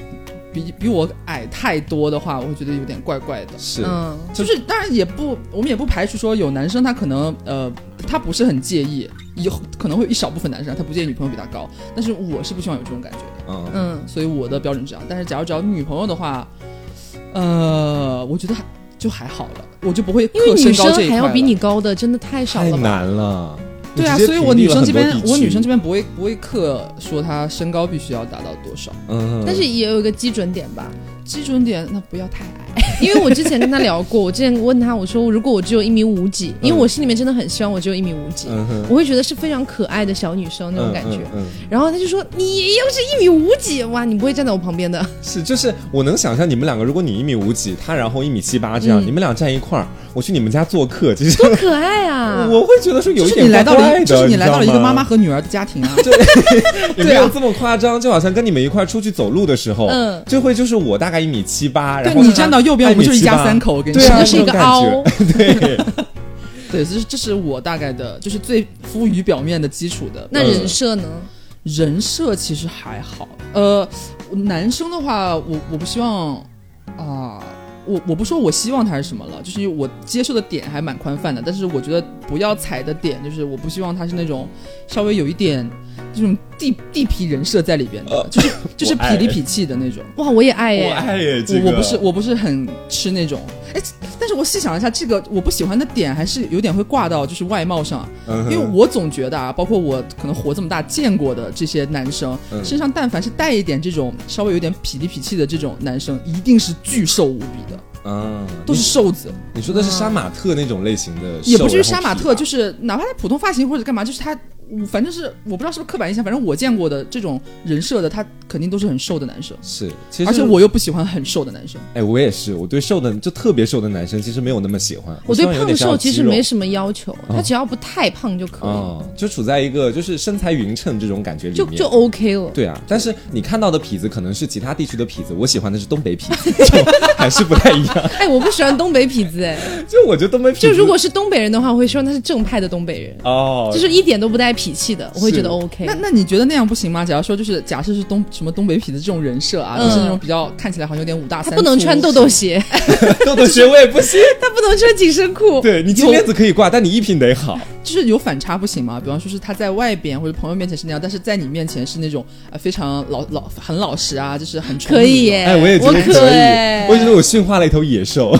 Speaker 3: 比比我矮太多的话，我会觉得有点怪怪的。
Speaker 1: 是，
Speaker 2: 嗯，
Speaker 3: 就是当然也不，我们也不排除说有男生他可能呃他不是很介意，有可能会有一少部分男生他不介意女朋友比他高，但是我是不希望有这种感觉的，
Speaker 1: 嗯，
Speaker 2: 嗯，
Speaker 3: 所以我的标准是这样。但是假如找女朋友的话，呃，我觉得还就还好了，我就不会
Speaker 2: 因为
Speaker 3: 克
Speaker 2: 女
Speaker 3: 身高
Speaker 2: 生
Speaker 3: 这
Speaker 2: 还
Speaker 3: 一块
Speaker 2: 要
Speaker 3: 了
Speaker 2: 比你高的真的太少
Speaker 1: 太
Speaker 2: 了吧？
Speaker 1: 难了。
Speaker 3: 对啊，
Speaker 1: 直接
Speaker 3: 所以我
Speaker 1: 屏蔽
Speaker 3: 女
Speaker 1: 了
Speaker 3: 生
Speaker 1: 很
Speaker 3: 这
Speaker 1: 多
Speaker 3: 边，
Speaker 1: 地
Speaker 3: 我女生
Speaker 1: 区
Speaker 3: 这边不会不会克说她身高必须要达到多少，
Speaker 1: 嗯，
Speaker 2: 但是也有一个基准点吧，
Speaker 3: 基准点那不要太矮。
Speaker 2: 因为我之前跟他聊过，我之前问他，我说如果我只有一米五几，因为我心里面真的很希望我只有一米五几，
Speaker 1: 嗯哼
Speaker 2: 我会觉得是非常可爱的小女生那种感觉。
Speaker 1: 嗯嗯嗯
Speaker 2: 然后他就说：“你要是一米五几，哇，你不会站在我
Speaker 1: *laughs*
Speaker 2: 旁边的。
Speaker 1: 嗯是，就是我能想象你们两个，如果你一米五几，他然后一米七八这样，
Speaker 2: 嗯
Speaker 1: 你们俩站一块儿，我去你们家做客，其实
Speaker 2: 多可爱啊！
Speaker 1: *laughs* 我会觉得说有
Speaker 3: 就
Speaker 1: 一
Speaker 3: 是你
Speaker 1: 点
Speaker 3: 来
Speaker 1: 怪
Speaker 3: 到了
Speaker 1: 怪
Speaker 3: 一，
Speaker 1: 的，
Speaker 3: 就是你来到了一个
Speaker 1: 知道
Speaker 3: 妈
Speaker 1: 吗
Speaker 3: 妈，和女儿的家
Speaker 1: *laughs*
Speaker 3: 庭啊，
Speaker 1: 也
Speaker 3: 对
Speaker 1: 没
Speaker 3: 啊
Speaker 1: 有这么夸张，就好像跟你们一块儿出去走路的时候，
Speaker 2: 嗯
Speaker 1: 就会就是我大概一米七八，然
Speaker 3: 对
Speaker 1: 后
Speaker 3: 你
Speaker 1: 他
Speaker 3: 站到右边，
Speaker 1: 他
Speaker 3: 我们就是一家
Speaker 1: 1.78
Speaker 3: 三口，我跟你
Speaker 1: 对
Speaker 3: 说
Speaker 1: 啊，
Speaker 2: 你就是一个
Speaker 1: 这种感
Speaker 2: 凹，
Speaker 1: 对，
Speaker 3: *laughs* 对，这是这是我大概的，就是最浮于表面的基础的。嗯
Speaker 2: 那
Speaker 1: 嗯
Speaker 2: 人设呢？
Speaker 3: 人设其实还好，呃，男生的话，我我不希望啊。我我不说我希望他是什么了，就是我接受的点还蛮宽泛的，但是我觉得不要踩的点就是我不希望他是那种稍微有一点这种地地痞人设在里边的，
Speaker 1: 呃 *laughs*
Speaker 3: 就是就是
Speaker 1: 我爱
Speaker 3: 痞里痞气的那种。
Speaker 2: 哇，我也爱耶、
Speaker 1: 我爱耶，这
Speaker 3: 我
Speaker 1: 个
Speaker 3: 我不是我不是很吃那种，哎，但是我细想了一下，这个我不喜欢的点还是有点会挂到就是外貌上，
Speaker 1: 嗯哼
Speaker 3: 因为我总觉得啊，包括我可能活这么大见过的这些男生，
Speaker 1: 嗯
Speaker 3: 身上但凡是带一点这种稍微有点痞里痞气的这种男生，一定是巨瘦无比的，
Speaker 1: 嗯，
Speaker 3: 都是瘦子，
Speaker 1: 你你说的是杀马特那种类型的，
Speaker 3: 也不
Speaker 1: 嗯瘦
Speaker 3: 至于杀马
Speaker 1: 啊
Speaker 3: 特，就是是哪怕他普通发型或者干嘛，就是他，我反正是我不知道是不是刻板印象，反正我见过的这种人设的，他肯定都是很瘦的男生，
Speaker 1: 是，其实
Speaker 3: 而且我又不喜欢很瘦的男生。
Speaker 1: 哎，我也是，我对瘦的就特别瘦的男生其实没有那么喜欢，
Speaker 2: 我
Speaker 1: 希
Speaker 2: 对
Speaker 1: 望有
Speaker 2: 胖
Speaker 1: 点像
Speaker 2: 瘦其实
Speaker 1: 肌肉嗯
Speaker 2: 没什么要求，他只要不太胖就可以，
Speaker 1: 啊、就处在一个就是身材匀称这种感觉里
Speaker 2: 就
Speaker 1: 面。
Speaker 2: 就 OK 了。
Speaker 1: 对啊，但是你看到的痞子可能是其他地区的痞子，我喜欢的是东北痞子，就还是不太一样。
Speaker 2: 哎，我不喜欢东北痞子，哎，
Speaker 1: *laughs* 就我觉得东北痞子，
Speaker 2: *laughs* 就如果是东北人的话，我会希望他是正派的东北人，
Speaker 1: 哦，
Speaker 2: 就是一点都不带痞气的，我会觉得
Speaker 1: 是
Speaker 2: OK。
Speaker 3: 那那你觉得那样不行吗？假如说就是假设是东什么东北痞子这种人设啊，就是那种比较看起来好像有点五大
Speaker 2: 嗯他
Speaker 3: 三粗，
Speaker 2: 不能穿豆豆鞋，
Speaker 1: 豆豆学位不行。
Speaker 2: 他不能穿紧身裤。
Speaker 1: 对你金链子可以挂，但你衣品得好。
Speaker 3: *laughs* 就是有反差不行吗？比方说是他在外边或者朋友面前是那样，但是在你面前是那种呃非常老老很老实啊，就是很
Speaker 2: 可以哦耶，
Speaker 1: 哎，我也觉得可
Speaker 2: 可哎
Speaker 1: 以，我也觉得我驯化了一头野兽，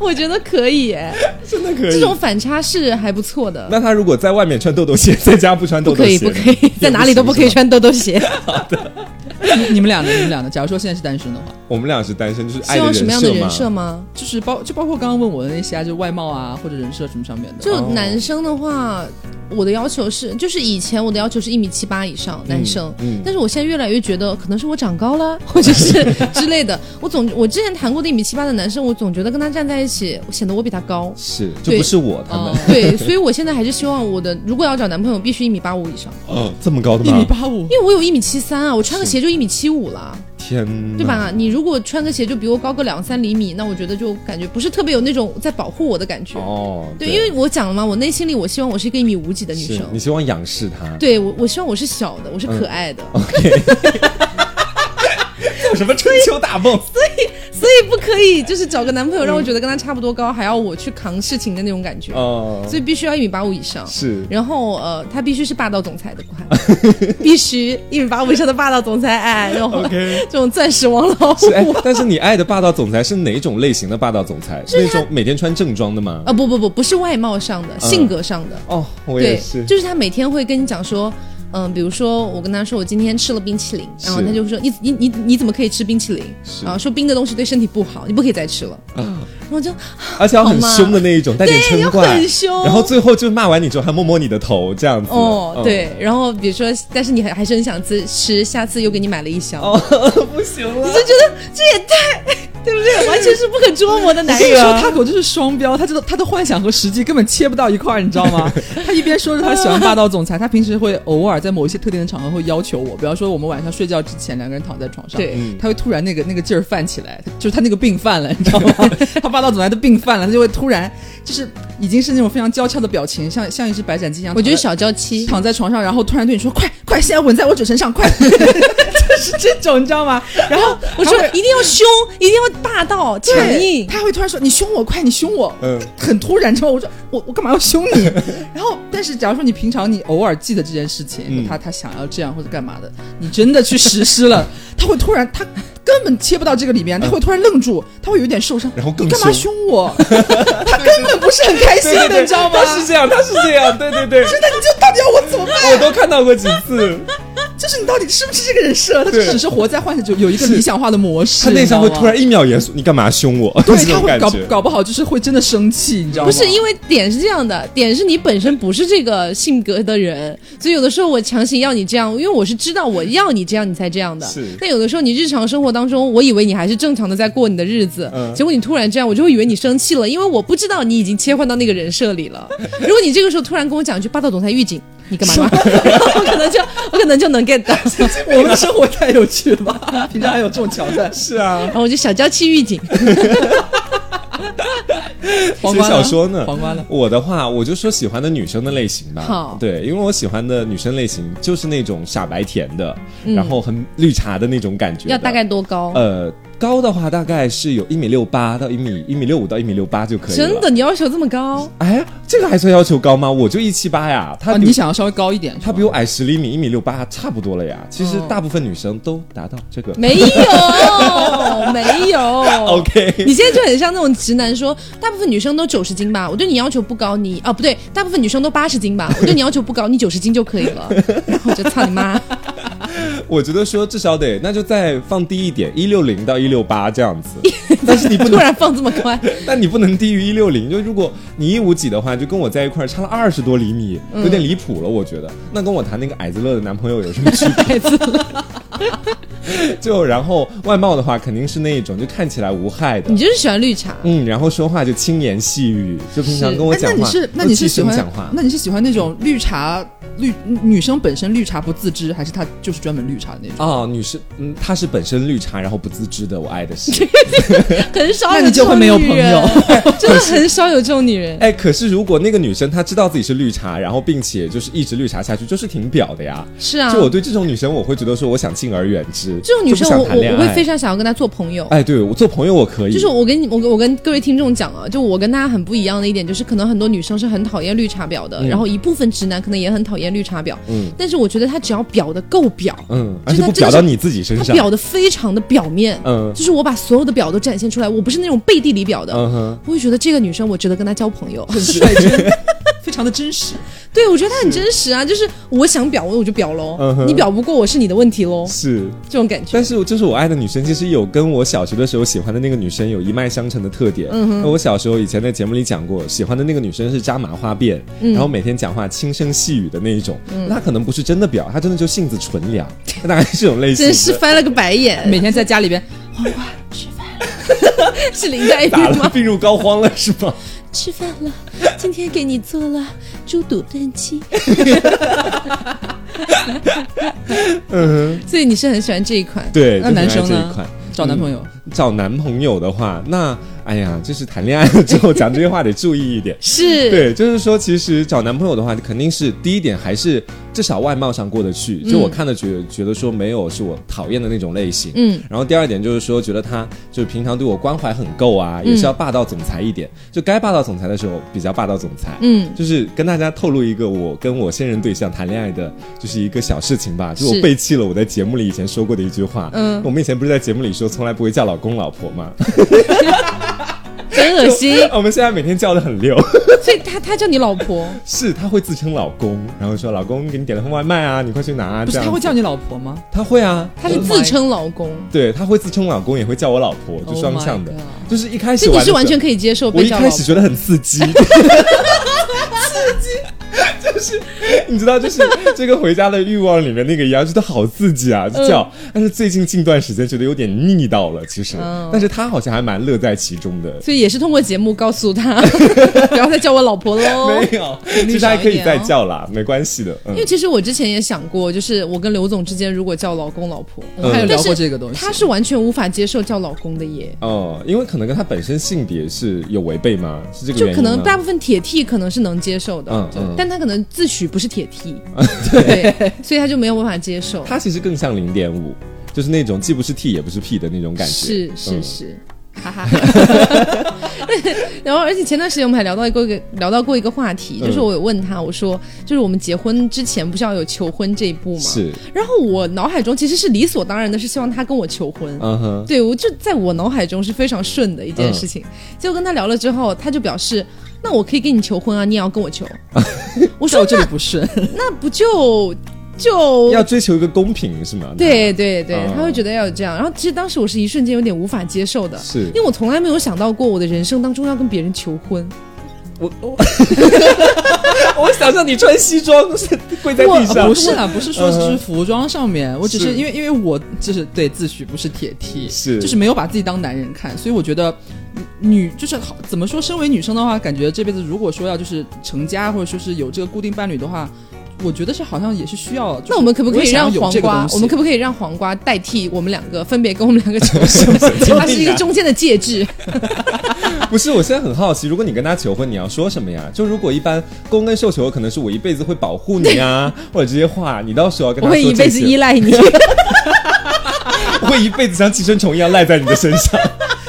Speaker 2: 我觉得可以耶，
Speaker 1: *laughs* 真的可以。
Speaker 2: 这种反差是还不错的。
Speaker 1: 那他如果在外面穿豆豆鞋，在家不穿
Speaker 2: 不
Speaker 1: 豆豆
Speaker 2: 可以，
Speaker 1: 鞋
Speaker 2: 不
Speaker 1: 呢，
Speaker 2: 可以，在哪里都不可以
Speaker 1: 也行。是吧
Speaker 2: 穿豆豆鞋。
Speaker 3: 冲你你们俩呢？你们俩呢？假如说现在是单身的话，
Speaker 1: 我们俩是单身，就是 *laughs* 爱
Speaker 2: 希望什么样的人
Speaker 1: 设
Speaker 2: 设
Speaker 1: 嘛？
Speaker 2: 吗？
Speaker 3: 就是包就包括刚刚问我的那些啊，就外貌啊或者人设什么上面的。
Speaker 2: 就
Speaker 1: 哦
Speaker 2: 男生的话，我的要求是，就是以前我的要求是一米七八以上，男生。
Speaker 1: 嗯
Speaker 2: 但是我现在越来越觉得，可能是我长高
Speaker 1: *laughs*
Speaker 2: 了，或者是之类的。我总我之前谈过的一米七八的男生，我总觉得跟他站在一起，显得我比他高。
Speaker 1: 是，就
Speaker 2: 对
Speaker 1: 不是我他们
Speaker 3: 哦。
Speaker 1: *laughs*
Speaker 2: 对，所以我现在还是希望我的，如果要找男朋友，必须一米八五以上，
Speaker 1: 哦，这么高的
Speaker 3: *laughs* 一
Speaker 1: 吗？
Speaker 3: 米八五，
Speaker 2: 因为我有一米七三啊，我穿个鞋就一米七五了，
Speaker 1: 天哪，
Speaker 2: 对吧？你如果穿个鞋就比我高个两三厘米，那我觉得就感觉不是特别有那种在保护我的感觉。
Speaker 1: 哦，
Speaker 2: 对，因为我讲了嘛，我内心里我希望我是一个一米五几的女
Speaker 1: 是
Speaker 2: 生
Speaker 1: 你，希望仰视他，
Speaker 2: 对我我希望我是小的，我
Speaker 1: 嗯
Speaker 2: 是可爱的，
Speaker 1: 哦
Speaker 2: 啊
Speaker 1: 有什么春秋大梦？
Speaker 2: 所以不可以就是找个男朋友让我觉得跟他差不多高，还要我去扛事情的那种感觉，
Speaker 1: 哦，
Speaker 2: 所以必须要一米八五以上。
Speaker 1: 是
Speaker 2: 然后呃，他必须是霸道总裁的款，
Speaker 1: *laughs*
Speaker 2: 必须一米八五以上的霸道总裁，哎， *laughs* 然后
Speaker 1: OK。
Speaker 2: 这种钻石王老
Speaker 1: 是哎
Speaker 2: 虎。，
Speaker 1: 但是你爱的霸道总裁是哪种类型的霸道总裁？是那种每天穿正装的吗？
Speaker 2: 啊不不不，不是外貌上
Speaker 1: 嗯
Speaker 2: 的，性格上的，
Speaker 1: 哦，我也
Speaker 2: 对
Speaker 1: 是，，
Speaker 2: 就是他每天会跟你讲说，嗯、比如说我跟他说我今天吃了冰淇淋，
Speaker 1: 是
Speaker 2: 然后他就会说你你你你怎么可以吃冰淇淋？啊
Speaker 1: 是
Speaker 2: 然后说冰的东西对身体不好，你不可以再吃了。然后我就
Speaker 1: 而且要很
Speaker 2: 好吗
Speaker 1: 凶的那一种，带点嗔
Speaker 2: 又
Speaker 1: 怪
Speaker 2: 很，凶，
Speaker 1: 然后最后就骂完你之后还摸摸你的头这样子。
Speaker 2: 哦
Speaker 1: 嗯，
Speaker 2: 对，然后比如说，但是你还还是很想吃吃，下次又给你买了一箱，
Speaker 1: 哦，不行了
Speaker 2: 我，就觉得这也太对不对？完全是不可捉摸的男
Speaker 3: 所以
Speaker 2: 人。
Speaker 3: 说他狗就是双标，他这个他的幻想和实际根本切不到一块儿，你知道
Speaker 2: *laughs*
Speaker 3: 吗？他一边说着他喜欢霸道总裁，他平时会偶尔在某一些特定的场合会要求我，比方说我们晚上睡觉之前两个人躺在床上，
Speaker 2: 对
Speaker 1: 嗯
Speaker 3: 他会突然那个那个劲儿犯起来，就是他那个病犯了，你知道吗？他霸道总裁的病犯了，他就会突然就是已经是那种非常娇俏的表情，像像一只白斩鸡一样。
Speaker 2: 我觉得
Speaker 3: 躺在
Speaker 2: 小娇妻，
Speaker 3: 躺在床上，然后突然对你说：“快快，现在吻在我嘴唇上，快！” *laughs* 就是就是这种，你知道吗？然后
Speaker 2: 我说一定要凶，一定要霸道、强
Speaker 3: 对，
Speaker 2: 硬。
Speaker 3: 他会突然说你凶我，快你凶我，
Speaker 1: 嗯
Speaker 3: 很突然，之后我说我我干嘛要凶你？
Speaker 1: *laughs*
Speaker 3: 然后，但是假如说你平常你偶尔记得这件事情，
Speaker 1: 嗯
Speaker 3: 他他想要这样或者干嘛的，你真的去实
Speaker 1: *laughs*
Speaker 3: 施了，他会突然他根本切不到这个里面，他会突然愣住，他会有点受伤，
Speaker 1: 然后更
Speaker 3: 你干嘛凶
Speaker 1: *laughs*
Speaker 3: 我？他根本不是很开心
Speaker 1: 对对
Speaker 3: 的，
Speaker 1: 对，
Speaker 3: 你知道吗？
Speaker 1: 他是这样，他是这样，对对对，
Speaker 3: 那你就到底要我怎么办？
Speaker 1: 我都看到过几
Speaker 3: *laughs*
Speaker 1: 次。
Speaker 3: 就是你到底是不是这个人设？他就
Speaker 1: 对
Speaker 3: 只是活在幻想，就有一个
Speaker 1: 是
Speaker 3: 理想化的模式。
Speaker 1: 他内心会突然
Speaker 3: 你知道吗。
Speaker 1: 一秒严肃，你干嘛凶我？
Speaker 3: 对，
Speaker 1: *laughs* 这
Speaker 3: 他
Speaker 1: 种
Speaker 3: 会
Speaker 1: 感
Speaker 3: 搞
Speaker 1: 觉。
Speaker 3: 搞不好就是会真的生气，你知道吗？
Speaker 2: 不是因为点是这样的，点是你本身不是这个性格的人，所以有的时候我强行要你这样，因为我是知道我要你这样你才这样的
Speaker 1: 是。
Speaker 2: 但有的时候你日常生活当中，我以为你还是正常的在过你的日子，
Speaker 1: 嗯
Speaker 2: 结果你突然这样，我就会以为你生气了，因为我不知道你已经切换到那个人设里了。如果你这个时候突然跟我讲一句霸道总裁预警，你干嘛呢？ *laughs* 然后我可能就我可能就能 get 到，
Speaker 3: *laughs* 我们的生活太有趣了吧？ *laughs* 平常还有这种桥段，
Speaker 1: 是啊，
Speaker 2: 然后我就小娇妻预警。
Speaker 3: 黄
Speaker 1: 写
Speaker 3: 瓜呢
Speaker 1: 小说呢
Speaker 3: 黄瓜呢？
Speaker 1: 我的话，我就说喜欢的女生的类型吧。
Speaker 2: 好
Speaker 1: 对，因为我喜欢的女生类型就是那种傻白甜的，
Speaker 3: 嗯
Speaker 1: 然后很绿茶的那种感觉的。
Speaker 2: 要大概多高？
Speaker 1: 呃高的话，大概是有一米六八到一米一米六五到一米六八就可以了。
Speaker 2: 真的，？你要求这么高？
Speaker 1: 哎，这个还算要求高吗？我就一七八呀，他
Speaker 3: 啊，
Speaker 1: 比
Speaker 3: 你
Speaker 1: 我、
Speaker 3: 想要稍微高一点，
Speaker 1: 他比我矮十厘米，一米六八差不多了呀。其实
Speaker 3: 哦
Speaker 1: 大部分女生都达到这个。
Speaker 2: 没有，没有。
Speaker 1: *laughs* OK，
Speaker 2: 你现在就很像那种直男说，大部分女生都九十斤吧，我对你要求不高，你啊不对，大部分女生都八十
Speaker 1: *laughs*
Speaker 2: 斤吧，我对你要求不高，你九十斤就可以了。然后我就操你妈！
Speaker 1: 我觉得说至少得，那就再放低一点，一六零到一六八这样
Speaker 3: *laughs*
Speaker 1: 子。但是你不
Speaker 2: 突
Speaker 1: 能
Speaker 2: 然放这么宽，
Speaker 1: *laughs* 但你不能低于一六零，就如果你一五几的话，就跟我在一块儿差了二十多厘米，
Speaker 3: 嗯
Speaker 1: 有点离谱了，我觉得。那跟我谈那个矮子乐的男朋友有什么区
Speaker 3: *laughs*
Speaker 1: 别？ *laughs* 就然后外貌的话，肯定是那一种就看起来无害的
Speaker 2: 你，就是喜欢绿茶。
Speaker 1: 嗯，然后说话就轻言细语，就平常
Speaker 2: 是
Speaker 1: 跟我
Speaker 3: 哎，
Speaker 1: 讲
Speaker 3: 那
Speaker 1: 话，
Speaker 3: 你是那你
Speaker 1: 都
Speaker 3: 是
Speaker 1: 低
Speaker 3: 喜
Speaker 1: 声
Speaker 3: 欢
Speaker 1: 讲话？
Speaker 3: 那你是喜欢那种绿茶绿女生本身绿茶不自知，还是她就是专门绿茶的那种？
Speaker 1: 哦，女士，嗯，她是本身绿茶，然后不自知的，我爱的是。
Speaker 2: *laughs* 很少
Speaker 3: 那
Speaker 2: 有
Speaker 3: 你就
Speaker 2: 这种
Speaker 3: 会没有
Speaker 2: 女
Speaker 3: 朋
Speaker 2: 人
Speaker 3: 友，
Speaker 2: *laughs*
Speaker 1: *laughs*
Speaker 2: 真的很少有这种女人。
Speaker 1: 哎，可是如果那个女生她知道自己是绿茶，然后并且就是一直绿茶下去，就是挺婊的呀。
Speaker 2: 是啊，
Speaker 1: 就我对这种女生，我会觉得说我想敬而远之。
Speaker 2: 这种女生
Speaker 1: 就不想
Speaker 2: 我我
Speaker 1: 谈恋
Speaker 2: 我
Speaker 1: 爱
Speaker 2: 会非常想要跟她做朋友。
Speaker 1: 哎，对我做朋友我可以，
Speaker 2: 就是我跟你，我跟我跟各位听众讲啊，就我跟大家很不一样的一点，就是可能很多女生是很讨厌绿茶婊的，
Speaker 1: 嗯
Speaker 2: 然后一部分直男可能也很讨厌绿茶婊，
Speaker 1: 嗯
Speaker 2: 但是我觉得他只要婊的够婊，
Speaker 1: 嗯，而
Speaker 2: 就
Speaker 1: 且
Speaker 2: 他
Speaker 1: 不
Speaker 2: 真的
Speaker 1: 表
Speaker 2: 是
Speaker 1: 到你自己身
Speaker 2: 他
Speaker 1: 上，
Speaker 2: 婊的非常的表面，
Speaker 1: 嗯
Speaker 2: 就是我把所有的婊都展现出来，我不是那种背地里婊的，
Speaker 1: 嗯哼，
Speaker 2: 我会觉得这个女生我值得跟她交朋友， *laughs*
Speaker 3: 很率真，非常的真实。
Speaker 2: 对我觉得她很真实啊，就是我想婊我我就婊喽，
Speaker 1: 嗯哼
Speaker 2: 你婊不过我是你的问题喽，
Speaker 1: 是。
Speaker 2: 这种感觉。
Speaker 1: 但是就是我爱的女生，其实有跟我小学的时候喜欢的那个女生有一脉相承的特点。嗯哼，我小时候以前在节目里讲过，喜欢的那个女生是扎麻花辫，然后每天讲话轻声细语的那一种。那她可能不是真的婊，她真的就性子纯良，她大概是这种类型的。
Speaker 2: 真是翻了个白眼，
Speaker 1: *laughs*
Speaker 3: 每天在家里边，
Speaker 2: 是林黛玉
Speaker 1: 打了
Speaker 2: 吗？
Speaker 1: 病入膏肓了是吗？
Speaker 4: 吃饭了，今天给你做了猪肚
Speaker 1: *laughs*
Speaker 4: 炖鸡。
Speaker 1: 嗯
Speaker 2: 所以你是很喜欢这一款，
Speaker 1: 对，
Speaker 3: 那
Speaker 1: 就是
Speaker 3: 男
Speaker 1: 爱
Speaker 3: 生
Speaker 1: 这
Speaker 3: 呢
Speaker 1: 一款。
Speaker 3: 找男朋友，
Speaker 1: 找男朋友的话，那哎呀，就是谈恋爱了之后讲这些话得注意一点。
Speaker 2: 是。
Speaker 1: 对，就是说，其实找男朋友的话，肯定是第一点还是至少外貌上过得
Speaker 2: 嗯
Speaker 1: 去，就我看了觉觉得说没有是我讨厌的那种类型。
Speaker 2: 嗯，
Speaker 1: 然后第二点就是说，觉得他就是平常对我关怀很够
Speaker 2: 嗯
Speaker 1: 啊，也是要霸道总裁一点，就该霸道总裁的时候比较霸道总裁。
Speaker 2: 嗯
Speaker 1: 就是跟大家透露一个我跟我现任对象谈恋爱的，就是一个小事情吧，就是
Speaker 2: 是
Speaker 1: 我背弃了我在节目里以前说过的一句话。
Speaker 2: 嗯
Speaker 1: 我们以前不是在节目里说从来不会叫老公老婆吗？
Speaker 2: 真恶心。
Speaker 1: *laughs* 我们现在每天叫的很溜。
Speaker 2: 所以他他叫你老婆，
Speaker 1: 是，他会自称老公，然后说老公给你点了份外卖啊，你快去拿啊。
Speaker 3: 不是
Speaker 1: 这样
Speaker 3: 他会
Speaker 1: 子
Speaker 3: 叫你老婆吗？
Speaker 1: 他会啊，
Speaker 2: 他是自称老公，
Speaker 1: 对他会自称老公，也会叫我老婆，就双向的
Speaker 3: Oh my。
Speaker 1: 就是一开始
Speaker 2: 所以你
Speaker 1: 玩的时
Speaker 2: 是
Speaker 1: 候
Speaker 2: 完全可以接受
Speaker 1: 我
Speaker 2: 被
Speaker 1: 一
Speaker 2: 叫老
Speaker 1: 开始
Speaker 2: 婆。
Speaker 1: 觉得很刺激，刺激，就是你知道，就是这个回家的欲望里面那个一样，觉得好刺激
Speaker 2: 嗯
Speaker 1: 啊，就叫。但是最近近段时间觉得有点腻到了，其实，
Speaker 2: 嗯
Speaker 1: 但是他好像还蛮乐在其中的。
Speaker 2: 所以也是通过节目告诉他，不要再叫我老婆喽。
Speaker 1: 没有，哎其实还可以再
Speaker 2: 哦
Speaker 1: 叫啦，没关系的。嗯
Speaker 2: 因为其实我之前也想过，就是我跟刘总之间如果叫老公老婆，
Speaker 3: 我
Speaker 1: 嗯
Speaker 3: 嗯们还有
Speaker 2: 但
Speaker 3: 聊过
Speaker 2: 是
Speaker 3: 这个东西。
Speaker 2: 他是完全无法接受叫老公的耶，
Speaker 1: 哦，因为可能跟他本身性别是有违背吗？是这个
Speaker 2: 就
Speaker 1: 原因
Speaker 2: 可能
Speaker 1: 吗
Speaker 2: 大部分铁 T 可能是能接受的，
Speaker 1: 嗯嗯
Speaker 2: 但他可能自诩不是铁 T，对，所以他就没有办法接受。
Speaker 1: 他其实更像零点五，就是那种既不是 T 也不是 P 的那种感觉。
Speaker 2: 是是
Speaker 1: 嗯
Speaker 2: 是，哈哈。然后，而且前段时间我们还聊到过一个聊到过一个话题，就是
Speaker 1: 嗯
Speaker 2: 我有问他，我说就是我们结婚之前不是要有求婚这一步吗？。
Speaker 1: 是，
Speaker 2: 然后我脑海中其实是理所当然的，是希望他跟我求婚。
Speaker 1: 嗯哼，
Speaker 2: 对，我就在我脑海中是非常顺的一件事
Speaker 3: 嗯
Speaker 2: 情。结果跟他聊了之后，他就表示，那我可以跟你求婚啊，你也要跟我求。我
Speaker 3: 在我
Speaker 2: 说
Speaker 3: 这里不是，
Speaker 2: 那不就就
Speaker 1: 要追求一个公平是吗？
Speaker 2: 对对对，
Speaker 1: 嗯
Speaker 2: 他会觉得要有这样。然后其实当时我是一瞬间有点无法接受的，
Speaker 1: 是
Speaker 2: 因为我从来没有想到过我的人生当中要跟别人求婚。
Speaker 1: 我我我想象你穿西装是跪在 *laughs* 地上，
Speaker 3: 哦不是啦，不是说
Speaker 1: 嗯哼
Speaker 3: 只是服装上面，我只是
Speaker 1: 是
Speaker 3: 因为因为我就是对自诩不是铁 T，
Speaker 1: 是
Speaker 3: 就是没有把自己当男人看，所以我觉得嗯女就是好怎么说，身为女生的话，感觉这辈子如果说要就是成家或者说是有这个固定伴侣的话，我觉得是好像也是需要。就是
Speaker 2: 那我们可不可以
Speaker 3: 想要
Speaker 2: 让
Speaker 3: 有
Speaker 2: 黄
Speaker 3: 这个
Speaker 2: 瓜
Speaker 3: 东？西
Speaker 2: 我们可不可以让黄瓜代替我们两个，分别跟我们两个求婚？
Speaker 3: *laughs*
Speaker 2: 它是一个中间的介质。
Speaker 1: 不是， *laughs* 我现在很好奇，如果你跟他求婚，你要说什么呀？就如果一般公跟受求，可能是我一辈子会保护你
Speaker 2: *laughs*
Speaker 1: 啊，或者这些话，你到时候要跟
Speaker 2: 我
Speaker 1: 他说
Speaker 2: 会
Speaker 1: 这些，
Speaker 2: 一辈子依赖你，
Speaker 1: 我会一辈子像寄生虫一样赖在你的身
Speaker 2: *laughs*
Speaker 1: 上。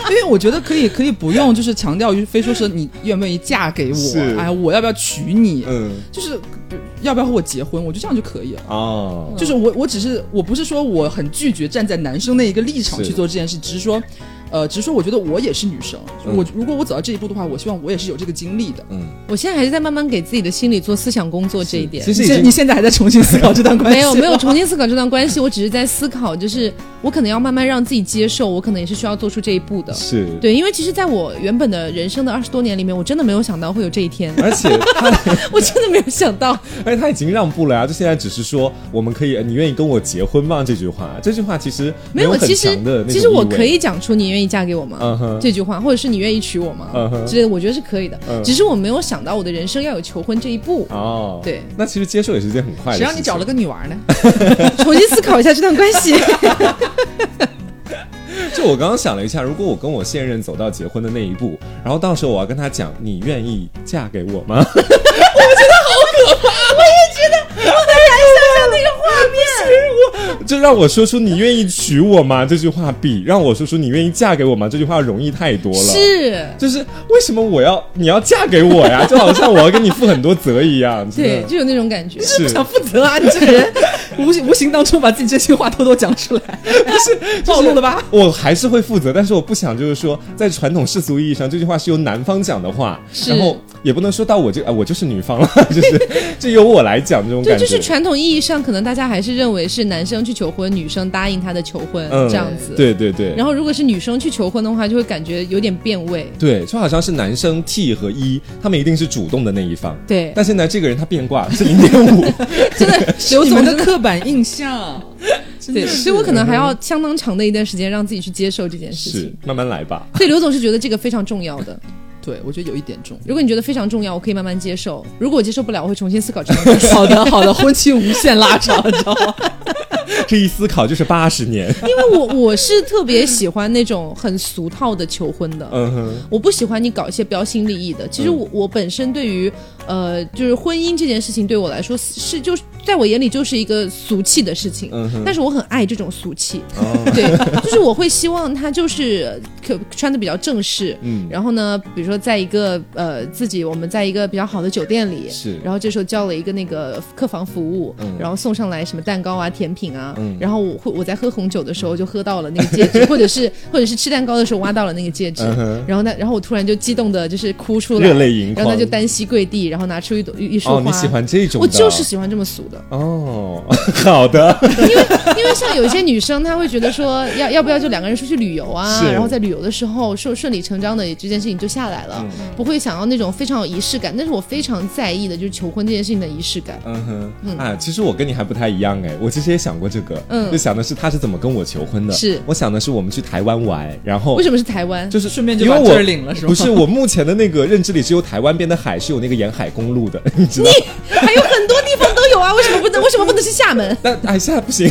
Speaker 3: 因为我觉得可以，可以不用，就是强调于非说是你愿不愿意嫁给
Speaker 1: 是
Speaker 3: 我，哎，我要不要娶你，
Speaker 1: 嗯，
Speaker 3: 就是呃要不要和我结婚，我就这样就可以了。
Speaker 1: 哦，
Speaker 3: 就是我，我只是我不是说我很拒绝站在男生的一个立场
Speaker 1: 是
Speaker 3: 去做这件事，只是说，呃，只是说我觉得我也是女生，
Speaker 1: 嗯
Speaker 3: 我如果我走到这一步的话，我希望我也是有这个经历的。
Speaker 1: 嗯，
Speaker 2: 我现在还是在慢慢给自己的心理做思想工作这一点
Speaker 1: 其。实
Speaker 3: 你
Speaker 1: 已
Speaker 3: 现你
Speaker 1: 经
Speaker 3: 现在还在重新思考这段关系？
Speaker 2: 没有没有，
Speaker 1: *laughs*
Speaker 2: 重新思考这段关系，我只是在思考，就是我可能要慢慢让自己接受，我可能也是需要做出这一步的。
Speaker 1: 是。
Speaker 2: 嗯对， *laughs* 因为其实在我原本的人生的二十多年里面，我真的没有想到会有这
Speaker 1: *laughs*
Speaker 2: 一天，
Speaker 1: 而且他，
Speaker 2: 我真的没有想到。
Speaker 1: 而且哎他已经让步了啊！就现在只是说，我们可以，呃你愿意跟我结婚吗？这句话，这句话其实
Speaker 2: 没
Speaker 1: 有
Speaker 2: 有，
Speaker 1: 很
Speaker 2: 其实
Speaker 1: 强的那
Speaker 2: 其
Speaker 1: 种
Speaker 2: 实我
Speaker 1: 意味
Speaker 2: 可，以讲出你愿意嫁给我吗？
Speaker 1: 嗯哼，
Speaker 2: 这句话，或者是你愿意娶我吗？
Speaker 1: 嗯哼
Speaker 2: 之类的，我觉得是可以的。
Speaker 1: 嗯
Speaker 2: 只是我没有想到我的人生要有求婚这一步，
Speaker 1: 哦，
Speaker 2: 对，
Speaker 1: 那其实接受也是一件很快的事情。
Speaker 3: 谁让你找了个女娃
Speaker 1: *laughs*
Speaker 3: 呢？
Speaker 2: 重新思考一下这段关系。
Speaker 1: 就我刚刚想了一下，如果我跟我现任走到结婚的那一步，然后到时候我要跟他讲，你愿意嫁给我吗？ *laughs* 就让我说出你愿意娶我吗这句话，比让我说出你愿意嫁给我吗这句话容易太多了。，
Speaker 2: 是，
Speaker 1: 就是为什么我要你要嫁给我呀？就好像我要跟你负很多责一样。真
Speaker 2: 对，
Speaker 1: 的，
Speaker 2: 就有那种感觉。
Speaker 1: 是
Speaker 3: 不想负责啊！你这
Speaker 1: *laughs*
Speaker 3: 个人无形无形当中把自己真心话偷偷讲出来， *laughs* 不是暴露了吧？
Speaker 1: *laughs* 我还是会负责，但是我不想就是说，在传统世俗意义上，这句话是由男方讲的话，
Speaker 2: 是
Speaker 1: 然后也不能说到我这啊、我就是女方了， *laughs* 就是这由我来讲这种
Speaker 2: 对，
Speaker 1: 感觉。
Speaker 2: 就是传统意义上，可能大家还是认为是男生去求婚，女生答应他的求婚、
Speaker 1: 嗯
Speaker 2: 这样子。。
Speaker 1: 对对对。
Speaker 2: 然后，如果是女生去求婚的话，就会感觉有点变味。
Speaker 1: 对，就好像是男生 T 和一，他们一定是主动的那一方。
Speaker 2: 对，
Speaker 1: 但现在这个人他变卦是零点五，
Speaker 2: *laughs* 真的，刘
Speaker 3: 你
Speaker 2: 总
Speaker 3: 们
Speaker 1: *laughs*
Speaker 2: 真
Speaker 3: 的
Speaker 2: 的
Speaker 3: 刻板印象， *laughs* 真
Speaker 2: 对，
Speaker 3: 的是
Speaker 2: 所以我可能还要相当长的一段时间让自己去接受这件事
Speaker 1: 是
Speaker 2: 情。
Speaker 1: 慢慢来吧。
Speaker 2: 所以刘总是觉得这个非常重要的。
Speaker 3: 对我觉得有一点重。
Speaker 2: 如果你觉得非常重要，我可以慢慢接受；如果我接受不了，我会重新思考这段关系。
Speaker 3: *laughs* 好的好的，婚期无限拉长，你知道吗？
Speaker 1: 这一思考就是八十年。
Speaker 2: 因为我我是特别喜欢那种很俗套的求婚的，
Speaker 1: 嗯哼，
Speaker 2: 我不喜欢你搞一些标新立异的。其实
Speaker 1: 嗯
Speaker 2: 我、我本身对于呃，就是婚姻这件事情对我来说是是就是在我眼里就是一个俗气的事情，
Speaker 1: 嗯哼哦
Speaker 2: 但是我很爱这种俗气。 *laughs* 对，就是我会希望他就是可穿的比较正式，
Speaker 1: 嗯，
Speaker 2: 然后呢，比如说在一个呃自己我们在一个比较好的酒店里，
Speaker 1: 是
Speaker 2: 然后这时候叫了一个那个客房服务，
Speaker 1: 嗯
Speaker 2: 然后送上来什么蛋糕啊、甜品啊，
Speaker 1: 嗯
Speaker 2: 然后我会我在喝红酒的时候就喝到了那个
Speaker 1: *laughs*
Speaker 2: 戒指，或者是或者是吃蛋糕的时候挖到了那个戒指，
Speaker 1: 嗯哼
Speaker 2: 然后呢，然后我突然就激动的就是哭出来，
Speaker 1: 热泪盈
Speaker 2: 然
Speaker 1: 眶。
Speaker 2: 后他就单膝跪地，然后拿出一朵一一束花。
Speaker 1: 哦，你喜欢这种的？
Speaker 2: 啊我就是喜欢这么俗的，
Speaker 1: 哦，好的，
Speaker 2: 因为像有一些女生，她会觉
Speaker 1: *laughs*
Speaker 2: 得说要要不要就两个人出去旅游啊，
Speaker 1: 是
Speaker 2: 然后在旅游的时候顺顺理成章的这件事情就下来了，
Speaker 1: 嗯
Speaker 2: 不会想要那种非常有仪式感。但是我非常在意的就是求婚这件事情的仪式感。
Speaker 1: 嗯哼，啊，其实我跟你还不太一样哎，我其实也想过这个，
Speaker 2: 嗯
Speaker 1: 就想的是他是怎么跟我求婚的，
Speaker 2: 是
Speaker 1: 我想的是我们去台湾玩，然后
Speaker 2: 为什么是台湾？
Speaker 1: 就是
Speaker 3: 顺便就
Speaker 1: 因为
Speaker 3: 把
Speaker 1: 我
Speaker 3: 证儿领了是吗
Speaker 1: 不是，我目前的那个认知里，只有台湾边的海是有那个沿海公路的，你知道吗？ *laughs*
Speaker 2: 还有很多地方都有啊，为为什么不能？为什么不能去厦门？
Speaker 1: 但哎，现在不
Speaker 2: *laughs*
Speaker 1: 行，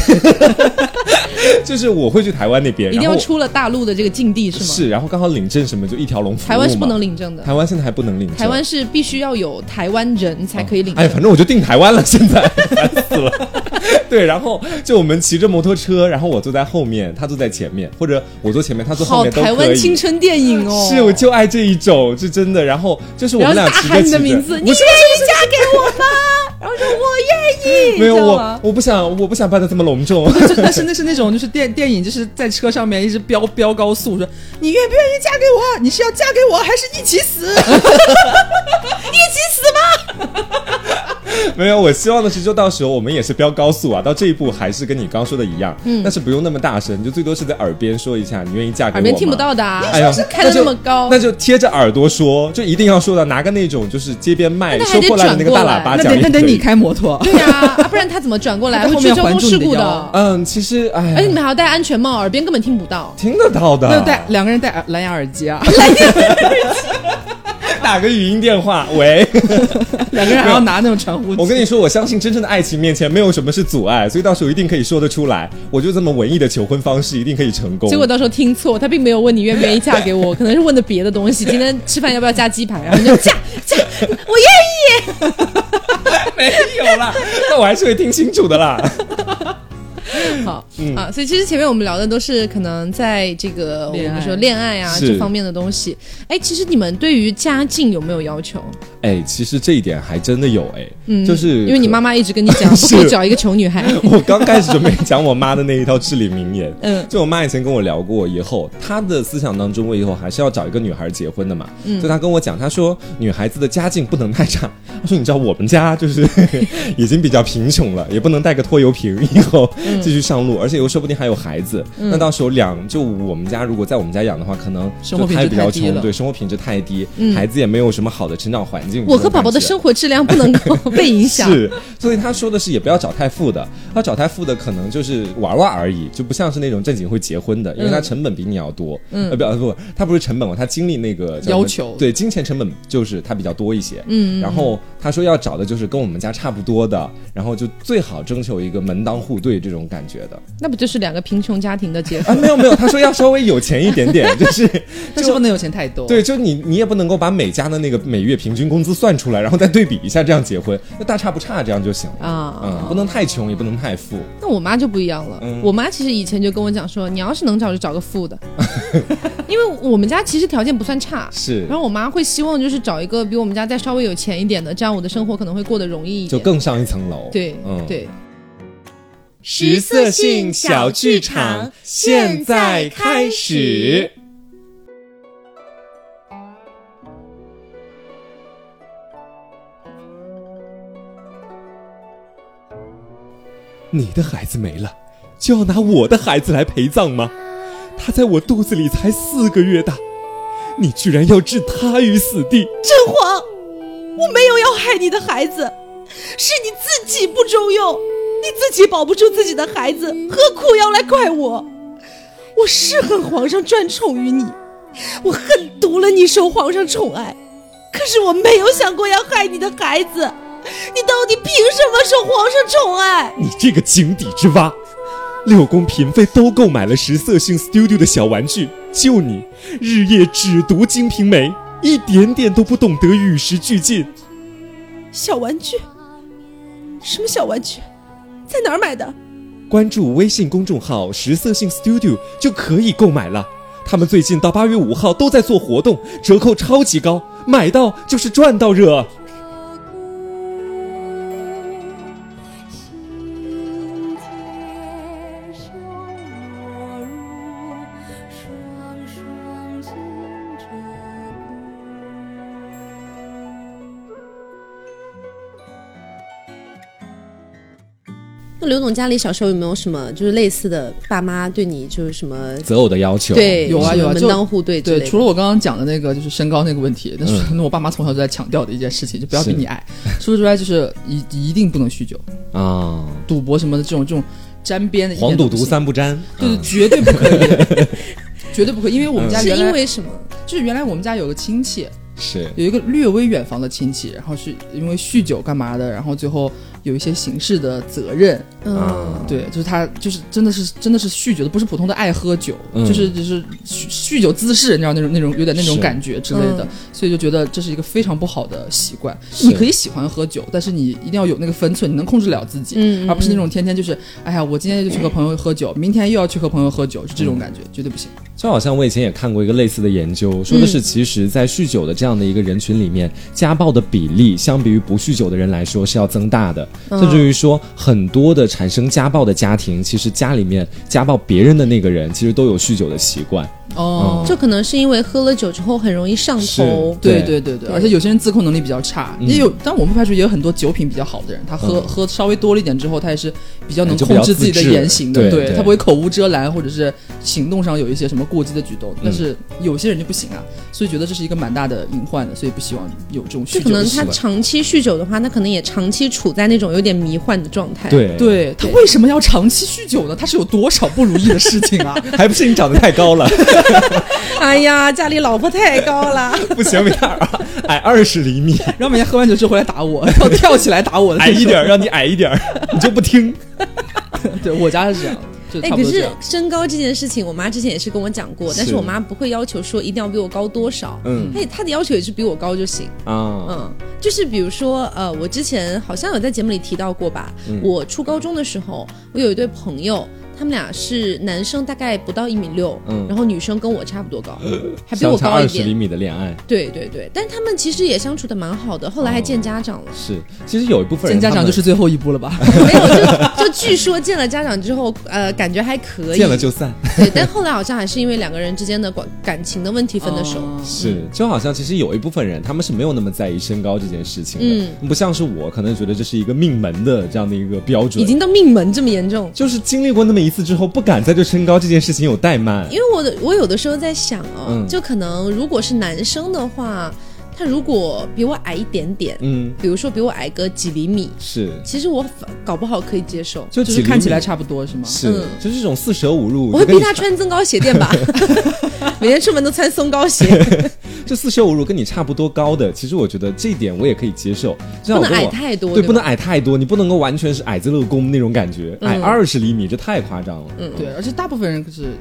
Speaker 1: 就是我会去台湾那边，
Speaker 2: 一定
Speaker 1: 然
Speaker 2: 要
Speaker 1: 后
Speaker 2: 出了大陆的这个境地是吗？
Speaker 1: 是，然后刚好领证什么就一条龙服务
Speaker 2: 台湾是不能
Speaker 1: 领，
Speaker 2: 领证的，
Speaker 1: 台湾现在还不能领证，
Speaker 2: 台湾是必须要有台湾人才可以领
Speaker 1: *laughs*
Speaker 2: 证。
Speaker 1: 哎，反正我就定台湾了，现在 *laughs* 烦死了。对，然后就我们骑着摩托车，然后我坐在后面，他坐在前面，或者我坐前面，他坐后
Speaker 2: 好
Speaker 1: 面都
Speaker 2: 台
Speaker 1: 可
Speaker 2: 湾青
Speaker 1: 以。
Speaker 2: 春电影哦，
Speaker 1: 是，我就爱这一种，是真的。然后就是我
Speaker 2: 然
Speaker 1: 们
Speaker 2: 后
Speaker 1: 俩
Speaker 2: 大
Speaker 1: 骑着
Speaker 2: 喊
Speaker 1: 骑
Speaker 2: 你
Speaker 1: 着，
Speaker 2: 的名字，
Speaker 1: 不
Speaker 2: 你
Speaker 1: 是
Speaker 2: 愿意嫁给我吗？然后说我愿
Speaker 1: *laughs*
Speaker 2: 意，
Speaker 1: 没有
Speaker 2: 你知道
Speaker 1: 我
Speaker 2: 吗，
Speaker 1: 我不想，我不想办的这么隆
Speaker 2: *laughs*
Speaker 1: 重。
Speaker 3: 就是但是那是那种就是电电影，就是在车上面一直飙飙高速，说你愿不愿意嫁给我？你是要嫁给我，还是一起
Speaker 1: *laughs*
Speaker 3: 死？
Speaker 1: 没有，我希望的是，就到时候我们也是飙高速啊，到这一步还是跟你刚说的一样，但是不用那么大声，就最多是在耳边说一下，你愿意嫁给我吗？
Speaker 2: 嗯耳边听不到的啊，
Speaker 1: 哎呀，
Speaker 2: 开的
Speaker 1: 就
Speaker 2: 那么高
Speaker 1: 那，就贴着耳朵说，就一定要说到拿个那种就是街边卖
Speaker 2: 那还
Speaker 1: 收
Speaker 2: 得
Speaker 1: 破烂的那个大喇叭
Speaker 2: 转
Speaker 3: 那
Speaker 1: 讲
Speaker 3: 得
Speaker 1: 也
Speaker 3: 那得
Speaker 1: 可以
Speaker 3: 你。开摩托，
Speaker 2: 对呀、啊，不然他怎么转过来
Speaker 3: 他
Speaker 2: 会
Speaker 3: 在后
Speaker 2: 出
Speaker 3: 面
Speaker 2: 交
Speaker 3: 环
Speaker 2: 通
Speaker 3: 住
Speaker 2: 事
Speaker 3: 你的
Speaker 2: 故
Speaker 3: 腰
Speaker 2: 的？
Speaker 1: 嗯，其实哎，
Speaker 2: 而且你们还要戴安全帽，耳边根本听不到。
Speaker 1: 听得到的。
Speaker 3: *laughs* 那戴两个人戴耳蓝牙耳机啊，
Speaker 1: 打个语音电话，喂，
Speaker 3: *laughs*
Speaker 1: *laughs*
Speaker 3: 两个人还要拿那种传呼
Speaker 1: 我跟
Speaker 3: 机。
Speaker 1: 你说，我相信真正的爱情面前没有什么是阻碍，所以到时候一定可以说得出来。我就这么文艺的求婚方式，一定可以成功。
Speaker 2: 结果到时候听错，他并没有问你愿不愿意嫁给我，可能是问的别的
Speaker 1: *laughs*
Speaker 2: 东西。今天吃饭要不要加鸡排？然后你就嫁嫁，我愿意。
Speaker 1: 没哎有
Speaker 2: *laughs*
Speaker 1: 啦，那我还是会听清楚的啦。
Speaker 2: 好、
Speaker 1: 嗯
Speaker 2: 啊，所以其实前面我们聊的都是可能在这个我
Speaker 3: 恋爱
Speaker 2: 们说恋爱啊
Speaker 1: 是
Speaker 2: 这方面的东西。哎，其实你们对于家境有没有要求？嗯
Speaker 1: 哎，其实这一点还真的有哎，就是
Speaker 2: 因为你妈
Speaker 1: 妈。
Speaker 2: 妈一直跟你
Speaker 1: *laughs*
Speaker 2: 讲，不
Speaker 1: 是
Speaker 2: 可以找一个穷女孩。
Speaker 1: *laughs* 我刚开始准备讲我妈的那一套至理名言，
Speaker 2: 嗯
Speaker 1: *laughs* 嗯，就我妈以前跟我聊过，以后她的思想当中，我以后还是要找一个女孩结婚的嘛，嗯，所以她跟我讲，她说女孩子的家境不能太差，她说你知道我们家就是 *laughs* 已经比较贫穷了，也不能带个拖油瓶以后继续上路，而且又说不定还有孩子，那到时候两就我们家如果在我们家养的话，可能
Speaker 3: 生活
Speaker 1: 就
Speaker 3: 品质
Speaker 1: 比较
Speaker 3: 太低
Speaker 1: 穷，
Speaker 3: 了
Speaker 1: 对，生活品质太低，孩子也没有什么好的成长环境，
Speaker 2: 我和宝宝的
Speaker 1: 生。
Speaker 2: 生活质量不能够 *laughs* 被影响。
Speaker 1: 是，所以他说的是也不要找太富的，他找太富的可能就是玩玩而已，就不像是那种正经会结婚的，因为他成本比你要多。嗯，呃，不呃不，他不是成本哦，他精力那个叫什么
Speaker 3: 要求
Speaker 1: 对金钱成本就是他比较多一些。嗯，然后他说要找的就是跟我们家差不多的，然后就最好征求一个门当户对这种感觉的。 *laughs*
Speaker 2: 那不就是两个贫穷家庭的结合？
Speaker 1: 啊，没有没有，他说要稍微有钱一点点，就是
Speaker 3: 但是不能有钱太多。
Speaker 1: 对，就你你也不能够把每家的那个每月平均工资算出来，然后再对比一下，这样结婚，那大差不差，这样就行了
Speaker 2: 啊
Speaker 1: *laughs* 嗯，不能太穷，也不能太富。
Speaker 2: 那我妈就不一样了，
Speaker 1: 嗯
Speaker 2: 我妈其实以前就跟我讲说，你要是能找就找个
Speaker 1: *laughs*
Speaker 2: 富的，因为我们家其实条件不算差。
Speaker 1: 是
Speaker 2: 然后我妈会希望就是找一个比我们家再稍微有钱一点的，这样我的生活可能会过得容易一点。
Speaker 1: 就更上一层楼。
Speaker 2: 对、
Speaker 1: 嗯，。
Speaker 2: 对，
Speaker 4: 十色性小剧场现在开始。
Speaker 1: 你的孩子没了，就要拿我的孩子来陪葬吗？他在我肚子里才四个月大，你居然要置他于死地！
Speaker 4: 真皇，我没有要害你的孩子，是你自己不中用，你自己保不住自己的孩子，何苦要来怪我？我是恨皇上专宠于你，我恨毒了你受皇上宠爱，可是我没有想过要害你的孩子，你到底凭什么受皇上宠爱？
Speaker 1: 你这个井底之蛙！六宫嫔妃都购买了十色性 Studio 的小玩具，就你日夜只读《金瓶梅》，一点点都不懂得与时俱进。
Speaker 4: 小玩具？什么小玩具？在哪儿买的？
Speaker 1: 关注微信公众号“十色性 Studio” 就可以购买了。他们最近到八月五号都在做活动，折扣超级高，买到就是赚到热。
Speaker 5: 心间手我入，双双紧着顾。
Speaker 4: 那刘总家里小时候有没有什么就是类似的爸妈对你就是什么
Speaker 1: 择偶的要求
Speaker 4: 对
Speaker 3: 有啊
Speaker 4: 什么
Speaker 3: 有啊
Speaker 4: 门
Speaker 3: 就
Speaker 4: 当户对之
Speaker 3: 对
Speaker 4: 类，的
Speaker 3: 除了我刚刚讲的那个就是身高那个问题，但是那我爸妈从小就在强调的一件事情，就不要
Speaker 1: 嗯
Speaker 3: 比
Speaker 1: 是
Speaker 3: 你矮。除此之外，就是一一定不能酗酒、
Speaker 1: 啊，
Speaker 3: 赌博什么的这种这种沾边的。一点都不行，
Speaker 1: 不沾，嗯
Speaker 3: 对对，绝对不可以，
Speaker 1: *laughs*
Speaker 3: 绝对不可以。因为我们家
Speaker 2: 是
Speaker 3: 原来
Speaker 2: 因为什么？
Speaker 3: 就是原来我们家有个亲戚，
Speaker 1: 是
Speaker 3: 有一个略微远房的亲戚，然后是因为酗酒干嘛的，然后最后有一些刑事的责任。
Speaker 2: 嗯
Speaker 1: 啊，
Speaker 3: 对，就是他就是真的是真的是酗酒的，不是普通的爱喝酒，
Speaker 1: 嗯
Speaker 3: 就是就是酗酗酒滋事，你知道那种那种有点那种
Speaker 1: 是
Speaker 3: 感觉之类的，所以就觉得这是一个非常不好的习惯。
Speaker 1: 是
Speaker 3: 你可以喜欢喝酒，但是你一定要有那个分寸，你能控制了自己，
Speaker 2: 嗯嗯
Speaker 3: 而不是那种天天就是哎呀，我今天就去和朋友喝酒，明天又要去和朋友喝酒，就这种感觉、绝对不行。
Speaker 1: 就好像我以前也看过一个类似的研究，说的是其实，在酗酒的这样的一个人群里面，家暴的比例相比于不酗酒的人来说是要增大的，甚至于说很多的产生家暴的家庭，其实家里面家暴别人的那个人，其实都有酗酒的习惯。
Speaker 3: 哦
Speaker 2: 这可能是因为喝了酒之后很容易上头
Speaker 1: 是。
Speaker 3: 对
Speaker 1: 对
Speaker 3: 对对对，而且有些人自控能力比较差，也有，但我们不排除也有很多酒品比较好的人，他喝、
Speaker 1: 嗯
Speaker 3: 喝稍微多了一点之后，他也是比较能
Speaker 1: 就比较
Speaker 3: 控制自己的
Speaker 1: 自制
Speaker 3: 言行的，
Speaker 1: 对
Speaker 3: 对
Speaker 1: 对
Speaker 3: 他不会口无遮拦，或者是行动上有一些什么过激的举动。但是有些人就不行啊，所以觉得这是一个蛮大的隐患的，所以不希望有这种
Speaker 2: 就
Speaker 3: 酗
Speaker 2: 可
Speaker 3: 酒的
Speaker 2: 能
Speaker 3: 习
Speaker 2: 他
Speaker 3: 惯。
Speaker 2: 长期酗酒的话，他可能也长期处在那种有点迷幻的状态。，
Speaker 1: 对，
Speaker 3: 对他为什么要长期酗酒呢？他是有多少不如意的事情啊？
Speaker 1: 还不是你长得太高了，
Speaker 2: 哎呀，家里老婆太高了，
Speaker 1: 不行，米娅啊，矮二十厘米，
Speaker 3: 然后每天喝完酒之后回来打我，要跳起来打我的那
Speaker 1: 矮
Speaker 3: 种。
Speaker 1: 一点儿，让你矮一点儿，你就不听。
Speaker 3: 对我家是这样， *laughs* 就
Speaker 2: 哎，可
Speaker 3: 差不多这
Speaker 2: 是
Speaker 3: 样。
Speaker 2: 身高这件事情，我妈之前也是跟我讲过，但是
Speaker 1: 是
Speaker 2: 我妈不会要求说一定要比我高多少，
Speaker 1: 嗯
Speaker 2: 她也她的要求也是比我高就行。
Speaker 1: 啊，
Speaker 2: 嗯，就是比如说，呃，我之前好像有在节目里提到过吧。
Speaker 3: 嗯
Speaker 2: 我初高中的时候，我有一对朋友，他们俩是男生，大概不到一米六、
Speaker 1: 嗯
Speaker 2: 然后女生跟我差不多
Speaker 3: *gasps*
Speaker 2: 高，还比
Speaker 1: 相
Speaker 2: 我
Speaker 1: 差
Speaker 2: 高一
Speaker 1: 二十厘
Speaker 2: 点。
Speaker 1: 米的恋爱
Speaker 2: 对对对，但他们其实也相处的蛮好的，后来还见家长了。
Speaker 1: *laughs* 是，其实有一部分
Speaker 3: 见
Speaker 1: 人
Speaker 3: 家
Speaker 1: 他
Speaker 3: 长
Speaker 1: 们
Speaker 3: 就是最后一步了吧？
Speaker 2: 没有，就就据说见了家长之后，呃，感觉还可以。
Speaker 1: 见了就散。
Speaker 2: 对，但后来好像还是因为两个人之间的感感情的问题分的手。嗯
Speaker 3: 哦
Speaker 1: 是，就好像其实有一部分人他们是没有那么在意身高这件事情的，
Speaker 2: 嗯
Speaker 1: 不像是我可能觉得这是一个命门的这样的一个标准，
Speaker 2: 已经到命门这么严重，
Speaker 1: 就是经历过那么一次之后，不敢再对身高这件事情有怠慢
Speaker 2: 因。为我的我有的时候在想哦，
Speaker 1: 嗯
Speaker 2: 就可能如果是男生的话，他如果比我矮一点点，
Speaker 1: 嗯，
Speaker 2: 比如说比我矮个几厘米，
Speaker 1: 是，
Speaker 2: 其实我反搞不好可以接受。
Speaker 1: 就
Speaker 3: 就
Speaker 1: 几
Speaker 3: 是
Speaker 1: 厘
Speaker 3: 看起
Speaker 1: 米
Speaker 3: 来差不多是吗？
Speaker 1: 是，
Speaker 2: 嗯
Speaker 1: 就是这种四舍五入，
Speaker 2: 我
Speaker 1: 就
Speaker 2: 会
Speaker 1: 跟
Speaker 2: 逼
Speaker 1: 你
Speaker 2: 他穿增高鞋垫吧， *laughs* 每天出门都穿松高
Speaker 1: *laughs*
Speaker 2: 鞋，
Speaker 1: 这四舍五入跟你差不多高的，其实我觉得这一点我也可以接受。就像我
Speaker 2: 不能
Speaker 1: 跟我
Speaker 2: 矮太多
Speaker 1: 对，
Speaker 2: 对吧
Speaker 1: 不能矮太多，你不能够完全是矮子乐宫那种感觉，矮
Speaker 2: 嗯
Speaker 1: 二十厘米这太夸张了。嗯，
Speaker 3: 对，而且大部分人可是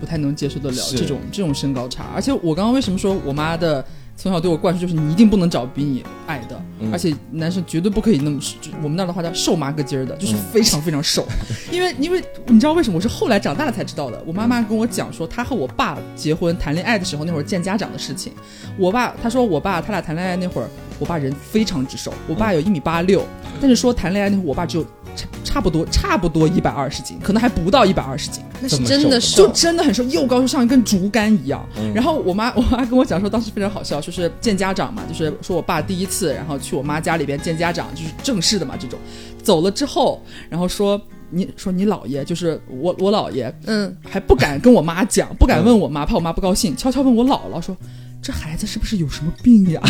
Speaker 3: 不太能接受得了
Speaker 1: 是
Speaker 3: 这种这种身高差。而且我刚刚为什么说我妈的从小对我灌输就是你一定不能找比你矮的，而且男生绝对不可以那么就我们那儿的话叫瘦麻个筋儿的，就是非常非常瘦。因为因为你知道为什么？我是后来长大了才知道的。我妈妈跟我讲说，她和我爸结婚谈恋爱的时候，那会儿见家长的事情。我爸她说我爸他俩谈恋爱那会儿，我爸人非常之瘦，我爸有一米八六，但是说谈恋爱那会儿，我爸只有差差不多差不多一百二十斤，可能还不到一百二十斤。
Speaker 2: 那是真的
Speaker 1: 瘦
Speaker 3: 就
Speaker 2: 瘦。
Speaker 3: 真的很瘦，又高又像一根竹竿一样。然后我妈我 *laughs* 妈跟我讲说，当时非常好笑，就是见家长嘛，就是说我爸第一次，然后去我妈家里边见家长，就是正式的嘛这种。走了之后，然后说你说你姥爷，就是我我姥爷，
Speaker 2: 嗯，
Speaker 3: 还不敢跟我妈讲，不敢问我妈，怕我妈不高兴，悄悄问我姥姥说。这孩子是不是有什么病呀？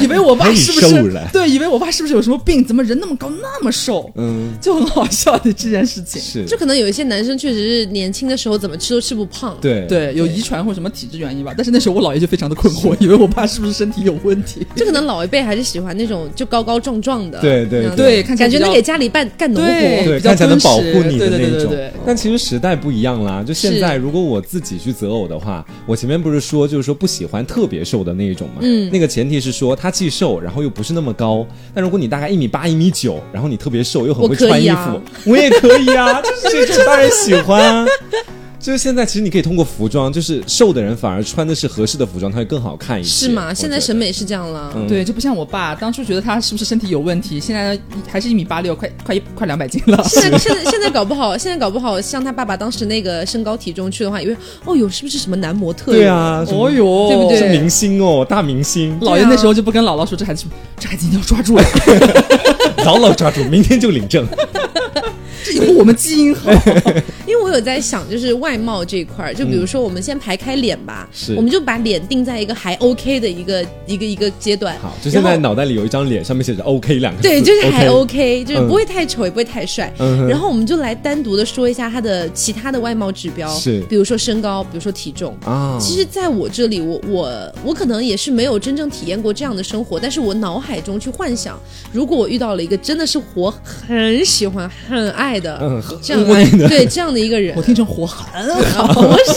Speaker 3: 以为我爸
Speaker 1: 把你
Speaker 3: 是不
Speaker 1: 收
Speaker 3: 是
Speaker 1: 来
Speaker 3: 对？以为我爸是不是有什么病？怎么人那么高那么瘦？
Speaker 1: 嗯，
Speaker 3: 就很好笑的这件事情。
Speaker 1: 是，
Speaker 2: 就可能有一些男生确实是年轻的时候怎么吃都吃不胖，
Speaker 1: 对，
Speaker 3: 对，有遗传或什么体质原因吧。但是那时候我姥爷就非常的困惑，以为我爸是不是身体有问题。
Speaker 2: 就可能老一辈还是喜欢那种就高高壮壮的，
Speaker 1: 对对
Speaker 2: 那样子
Speaker 3: 对看起来
Speaker 2: 感觉
Speaker 3: 比较
Speaker 2: 能给家里办干农活
Speaker 3: 对。
Speaker 1: 对，
Speaker 3: 比较
Speaker 1: 看起来能
Speaker 3: 敦
Speaker 1: 保护
Speaker 3: 实
Speaker 1: 你的那
Speaker 3: 对对对
Speaker 1: 一
Speaker 3: 对
Speaker 1: 种
Speaker 3: 对。
Speaker 1: 但其实时代不一样啦，就现
Speaker 2: 是
Speaker 1: 在如果我自己去择偶的话，我前面不是说就是说不喜欢特别瘦的那一种嘛，
Speaker 2: 嗯
Speaker 1: 那个前提是说他既瘦，然后又不是那么高。但如果你大概一米八、一米九，然后你特别瘦又很
Speaker 2: 我
Speaker 1: 会
Speaker 2: 可
Speaker 1: 穿
Speaker 2: 以
Speaker 1: 衣
Speaker 2: 啊
Speaker 1: 服，我也可以啊，就是这种当然喜欢啊。 *laughs* 就是现在，其实你可以通过服装，就是瘦的人反而穿的是合适的服装，他会更好看一些。
Speaker 2: 是吗？
Speaker 1: 我
Speaker 2: 现在
Speaker 1: 觉得
Speaker 2: 审美是这样了，
Speaker 1: 嗯
Speaker 3: 对，就不像我爸，当初觉得他是不是身体有问题，现在还是一米八六，快快一快两百斤
Speaker 1: *laughs*
Speaker 3: 了。
Speaker 2: 现在现在现在搞不好，现在搞不好像他爸爸当时那个身高体重去的话，以为哦哟是不是什么男模特？
Speaker 1: 对，啊，什么
Speaker 3: 哦哟，
Speaker 2: 对不对
Speaker 1: 是明星哦，大明星，
Speaker 3: 姥爷那时候就不跟姥姥说这孩子是，这孩子一定要抓 *laughs* 住呀，
Speaker 1: 牢牢抓住，明天就领证。
Speaker 3: 这以后我们基因好。
Speaker 1: 哎
Speaker 2: 因为我我有在想，就是外貌这一块儿，就比如说我们先排开脸吧，
Speaker 1: 嗯是
Speaker 2: 我们就把脸定在一个还 OK 的一个一个一个阶段。
Speaker 1: 好，就现在
Speaker 2: 然后
Speaker 1: 脑袋里有一张脸，上面写着 “OK” 两个字，
Speaker 2: 对，就是还
Speaker 1: OK。
Speaker 2: OK，就是
Speaker 1: 嗯
Speaker 2: 不会太丑，也不会太帅。
Speaker 1: 嗯哼
Speaker 2: 然后我们就来单独的说一下他的其他的外貌指标，
Speaker 1: 是
Speaker 2: 比如说身高，比如说体重。
Speaker 1: 啊，
Speaker 2: 其实，在我这里，我我我可能也是没有真正体验过这样的生活，但是我脑海中去幻想，如果我遇到了一个真的是我很喜欢、很爱的，
Speaker 1: 嗯
Speaker 2: 这样
Speaker 1: 很爱的
Speaker 2: 对这样的一个人，
Speaker 3: 我听成火寒了，
Speaker 2: 啊不是，